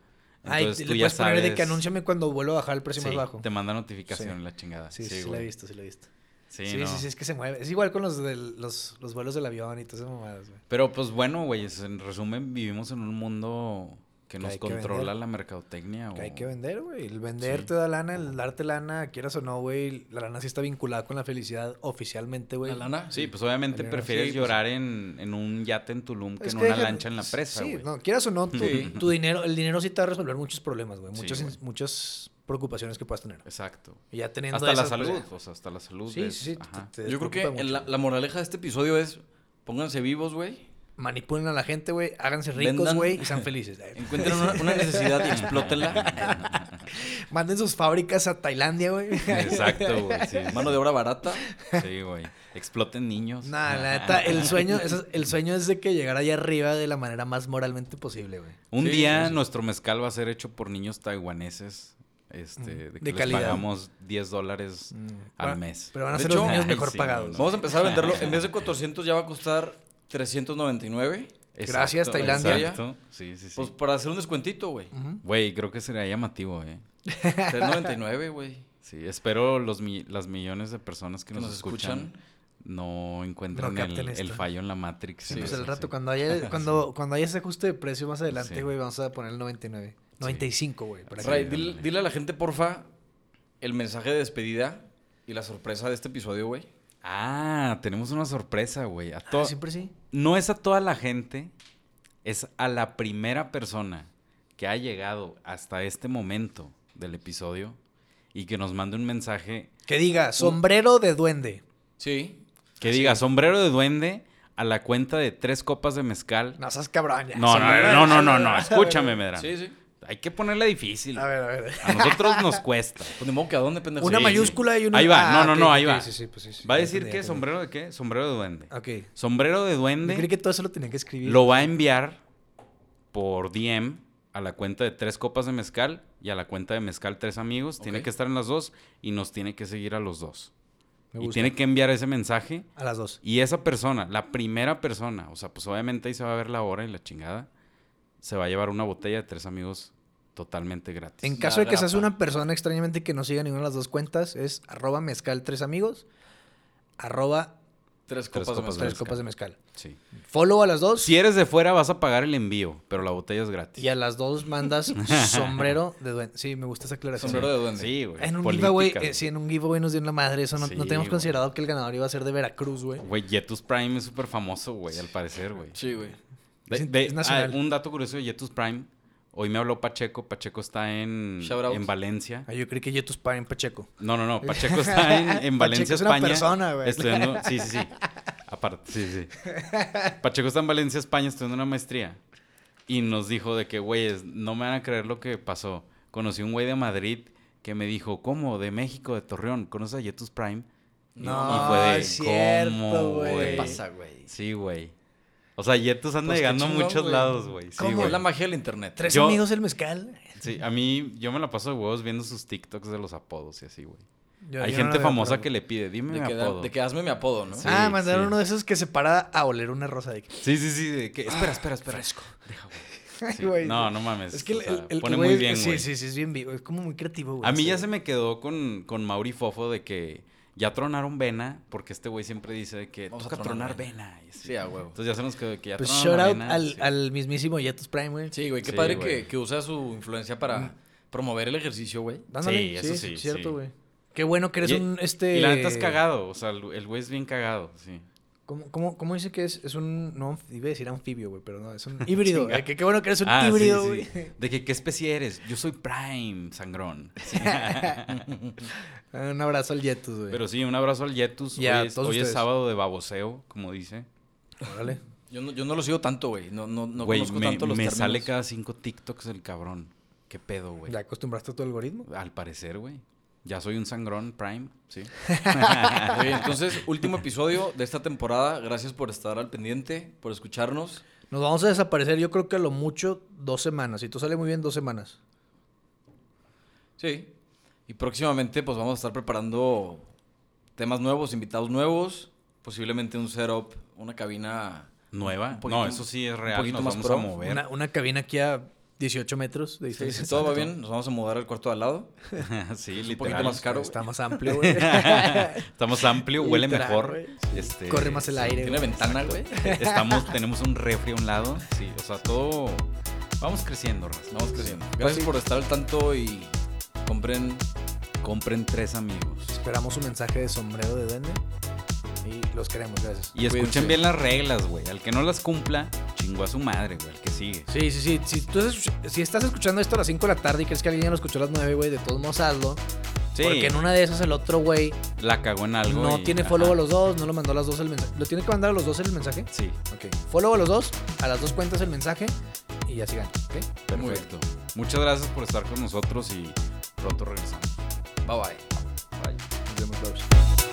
S1: Ay,
S3: Entonces
S1: le
S3: tú ya
S1: puedes poner
S3: sabes.
S1: de que anúnciame cuando vuelva a bajar el precio
S3: Sí,
S1: más bajo.
S3: Te manda notificación la chingada.
S1: Sí, sí, sí, la he
S3: güey.
S1: visto, sí, la he visto.
S3: Sí,
S1: Sí, sí,
S3: no.
S1: sí, es que se mueve. Es igual con los, del- los, los vuelos del avión y todas esas mamadas, güey.
S3: Pero pues bueno, güey, es- en resumen, vivimos en un mundo que
S1: Que
S3: nos
S1: hay que
S3: controla
S1: vender.
S3: la mercadotecnia.
S1: Que
S3: o-
S1: hay que vender, güey. El vender
S3: Sí.
S1: te da lana, el darte lana, quieras o no, güey. La lana sí está vinculada con la felicidad oficialmente, güey.
S2: La lana.
S3: Sí, pues obviamente
S1: Dinero.
S3: prefieres
S2: Sí, pues-
S3: llorar en, en un yate en Tulum que
S1: Es
S3: en
S1: que
S3: una
S1: deja-
S3: lancha en la presa,
S1: Sí,
S3: güey.
S1: no, quieras o no, tu,
S2: Sí.
S1: tu dinero, el dinero sí te va a resolver muchos problemas, güey.
S3: Sí,
S1: Muchas,
S3: güey.
S1: muchas preocupaciones que puedas tener.
S3: Exacto.
S1: Y ya teniendo
S3: Hasta la
S1: esas,
S3: salud,
S1: pues,
S3: o sea, hasta la salud.
S1: Sí,
S3: es-
S1: sí, sí.
S3: ajá.
S1: te- te
S2: Yo creo que
S1: despreocupa
S2: en
S1: mucho,
S2: la,
S1: güey.
S2: la moraleja de este episodio es pónganse vivos, güey.
S1: Manipulen a la gente, güey. Háganse ricos,
S2: Vendan-
S1: güey. Y sean felices. Ay,
S2: Encuentren una, una necesidad y explótenla.
S1: Manden sus fábricas a Tailandia, güey.
S3: Exacto, güey. sí, sí.
S2: Mano de obra barata.
S3: Sí, güey. Exploten niños.
S1: Nah, la neta, el sueño, eso es- el sueño es de que llegara allá arriba de la manera más moralmente posible, güey.
S3: Un
S2: Sí,
S3: día
S2: sí, sí.
S3: nuestro mezcal va a ser hecho por niños taiwaneses. Este, de que
S1: Mm, De
S3: les
S1: calidad. Mm,
S3: pagamos 10 dólares al
S1: Bueno,
S3: mes.
S1: Pero van a
S2: De
S1: ser
S2: hecho-
S1: los niños
S3: Ay,
S1: mejor
S3: sí,
S1: pagados.
S3: no,
S2: Vamos a empezar a venderlo. En vez de 400 ya va a costar 399.
S1: Gracias, Tailandia.
S3: Exacto. Sí, sí, sí.
S2: Pues para hacer un descuentito, güey.
S1: Ujú.
S3: Güey, creo que sería llamativo, ¿eh?
S2: 399, güey.
S3: Sí, espero los mi- las millones de personas que,
S2: Que
S3: nos,
S2: nos
S3: escuchan,
S2: escuchan.
S3: no encuentren
S1: No capten
S3: el, el
S1: esto.
S3: fallo en la Matrix.
S2: Sí,
S3: en
S1: Pues
S3: eso,
S1: el rato,
S3: sí.
S1: cuando haya, cuando, cuando haya ese ajuste de precio más
S3: Sí.
S1: adelante, güey, vamos a poner el 99. 95, güey. para
S3: Sí.
S1: que-
S2: Ray, dile, dile a la gente, porfa, el mensaje de despedida y la sorpresa de este episodio, güey.
S3: Ah, tenemos una sorpresa, güey. A
S1: Ah,
S3: todos.
S1: Siempre sí.
S3: No es a toda la gente, es a la primera persona que ha llegado hasta este momento del episodio y que nos mande un mensaje Uh.
S1: Que diga, sombrero de duende.
S2: Sí.
S3: que diga sombrero de duende a la cuenta de tres copas de mezcal.
S1: No seas cabrón. ya.
S3: No,
S1: Se me-
S3: no, no, no, no, no. Escúchame, Medrano.
S2: Sí, sí.
S3: Hay que ponerle difícil.
S1: A ver, a ver.
S3: A nosotros nos cuesta.
S2: Pues ni modo que a dónde, pendejo.
S1: Una
S2: Sí,
S1: mayúscula y una... Ah,
S3: Ahí va, no, no,
S1: ok,
S3: no, ahí
S1: ok,
S3: va.
S1: sí, sí, pues sí, sí.
S3: ¿Va a
S1: Ya
S3: decir
S1: entendí,
S3: que
S1: ya entendí.
S3: sombrero de qué? Sombrero de duende.
S1: Ok.
S3: Sombrero de
S1: Yo
S3: duende
S1: creí que todo eso lo tenía que escribir.
S3: lo va a enviar por DM a la cuenta de tres copas de mezcal y a la cuenta de mezcal tres amigos. Tiene
S2: Ok.
S3: que estar en las dos y nos tiene que seguir a los dos.
S1: Me
S3: Y
S1: gusta.
S3: tiene que enviar ese mensaje.
S1: A las dos.
S3: Y esa persona, la primera persona, o sea, pues obviamente ahí se va a ver la hora y la chingada, se va a llevar una botella de tres amigos totalmente gratis.
S1: En
S2: La
S1: caso de que seas
S2: grapa.
S1: una persona extrañamente que no siga ninguna de las dos cuentas, es arroba mezcal tres amigos, arroba
S2: Tres
S3: Tres
S2: copas, de
S3: copas de
S2: mezcal.
S1: tres
S3: mezcal.
S1: copas de mezcal.
S3: Sí.
S1: Follow a las dos
S3: Si eres de fuera vas a pagar el envío, pero la botella es gratis.
S1: y a las dos mandas sombrero de duende. Sí, me gusta esa aclaración.
S2: Sombrero de duende.
S3: Sí, güey.
S1: En un
S3: política,
S1: giveaway,
S3: güey.
S1: eh, sí, en un giveaway nos dieron la madre. Eso no,
S3: Sí,
S1: no teníamos
S3: güey.
S1: considerado que el ganador iba a ser de Veracruz, güey.
S3: Güey, Jetus Prime es súper famoso, güey, al parecer, güey.
S2: Sí, güey.
S3: De-
S1: Es-
S3: de-
S1: es nacional.
S3: ah, un dato curioso de Jetus Prime. Hoy me habló Pacheco. Pacheco está en,
S2: Shout out.
S3: en Valencia.
S1: Ah, yo creí que Yetus para en Pacheco.
S3: No, no, no. Pacheco está en, en
S1: Pacheco
S3: Valencia,
S1: es una
S3: España.
S1: persona, güey.
S3: Estudiando. Sí, sí, sí. Aparte, sí, sí. Pacheco está en Valencia, España, estudiando una maestría. Y nos dijo de que, güeyes, no me van a creer lo que pasó. Conocí un güey de Madrid que me dijo, ¿cómo? De México, de Torreón. ¿Conoces a Jetus Prime? Y-
S1: No,
S3: y fue de,
S1: es cierto,
S3: "¿Cómo,
S1: güey?"
S2: ¿Qué
S1: Eh.
S2: pasa, güey?
S3: Sí, güey. O sea, Yetus anda
S2: Pues qué
S3: llegando
S2: chingón,
S3: a muchos
S2: güey.
S3: lados, güey. Sí,
S2: ¿Cómo?
S3: güey.
S2: Es la magia del internet.
S1: Tres
S3: Yo-
S1: amigos el mezcal.
S3: Sí, a mí yo me la paso de huevos viendo sus TikToks de los apodos y así, güey.
S1: Yo-
S3: Hay
S1: yo no
S3: gente
S1: lo veo,
S3: famosa
S1: pero-
S3: que le pide, dime
S2: De
S3: mi
S2: que, da-
S3: apodo.
S2: de que hazme mi apodo, ¿no?
S3: Sí.
S1: Ah, mandaron
S3: sí.
S1: uno de esos que se para a oler una rosa de...
S3: Sí, sí, sí, de que espera, espera, espera. Deja, güey.
S1: Ay,
S3: Sí.
S1: güey.
S3: No, no mames.
S1: Es que
S3: o
S1: el,
S3: sea,
S1: el- el
S3: pone
S1: güey
S3: muy
S1: es-
S3: bien,
S1: Sí,
S3: güey.
S1: sí, sí, es bien vivo. Es como muy creativo, güey.
S3: A mí ya
S1: Sí.
S3: se me quedó con, con Mauri Fofo de que ya tronaron vena, porque este güey siempre dice de que
S2: Vamos a
S3: toca
S2: tronar
S3: tronar vena. y así.
S2: Sí, a huevo.
S3: Entonces ya se nos quedó de que ya
S1: Pues shout
S3: tronaron
S1: out
S3: vena.
S1: al,
S3: sí.
S1: al mismísimo Yetus Prime, güey.
S2: Sí, güey. Qué
S3: Sí,
S2: padre
S3: güey.
S2: que, que usa su influencia para promover el ejercicio, güey.
S1: Dándole,
S3: Sí, eso sí,
S1: es cierto,
S3: sí.
S1: güey. Qué bueno que eres
S3: Y-
S1: un, este...
S3: Y la neta es cagado, o sea, el el güey es bien cagado, sí.
S1: ¿Cómo, cómo, cómo dice que es? Es un... No, iba a decir anfibio, güey, pero no. Es un híbrido.
S3: Chinga.
S1: Eh, que qué bueno que eres un
S3: Ah, sí,
S1: híbrido,
S3: sí.
S1: güey.
S3: De que, ¿qué especie eres? Yo soy Prime, sangrón. Sí.
S1: Ah, Un abrazo al Yetus, güey.
S3: Pero sí, un abrazo al Yetus.
S1: Y a
S3: hoy es,
S1: todos
S3: hoy es
S1: ustedes.
S3: sábado de baboseo, como dice.
S1: Órale.
S2: Yo no, yo no lo sigo tanto, güey. No, no, no
S3: güey,
S2: conozco
S3: me,
S2: tanto los
S3: me
S2: términos.
S3: sale cada cinco TikToks el cabrón. ¿Qué pedo, güey?
S1: ¿Ya acostumbraste a tu algoritmo?
S3: Al parecer, güey. Ya soy un sangrón Prime, sí.
S2: Oye, entonces, último episodio de esta temporada. Gracias por estar al pendiente, por escucharnos.
S1: Nos vamos a desaparecer, yo creo que a lo mucho dos semanas. Si tú sale muy bien, dos semanas.
S2: Sí. Y próximamente, pues vamos a estar preparando temas nuevos, invitados nuevos, posiblemente un setup, una cabina.
S3: Nueva.
S2: Un poquito-
S3: no, eso sí es real.
S2: poquito
S3: Nos
S2: más
S3: vamos
S2: pro.
S3: a mover.
S1: Una, una cabina aquí a 18 metros de
S2: Sí,
S1: distancia.
S2: si todo va bien, nos vamos a mudar al cuarto de al lado.
S3: sí,
S2: un
S3: literal.
S2: poquito más caro.
S1: Está más amplio, güey.
S3: Estamos amplio, huele
S1: Literal,
S3: mejor.
S1: güey.
S3: Este,
S1: Corre más el aire.
S2: Tiene
S1: güey.
S2: ventana, güey.
S3: Estamos, tenemos un refri a un lado. Sí, o sea, todo... Vamos creciendo, Raz,
S2: Vamos creciendo. Gracias por estar al tanto y compren
S3: Compren tres amigos.
S1: Esperamos un mensaje de sombrero de duende. Y los queremos, gracias.
S3: Y escuchen
S2: Cuídense.
S3: bien las reglas, güey. Al que no las cumpla, chingó a su madre, güey. Al que sigue.
S1: Sí, sí, sí. Si, tú es- si estás escuchando esto a las 5 de la tarde y crees que alguien ya lo escuchó a las 9, güey, de todos modos hazlo.
S3: Sí,
S1: Porque en una de esas el otro, güey,
S3: la cagó en algo.
S1: no
S3: y-
S1: tiene follow
S3: ajá.
S1: a los dos, no lo mandó a las dos el mensaje. ¿Lo tiene que mandar a los dos el mensaje?
S3: Sí,
S1: Ok. Follow a los dos, a las dos cuentas el mensaje y ya sigan. ¿ok?
S2: Muy
S3: perfecto. Muchas gracias por estar con nosotros y pronto regresamos.
S2: Bye bye.
S3: Bye.
S1: Nos vemos, bros.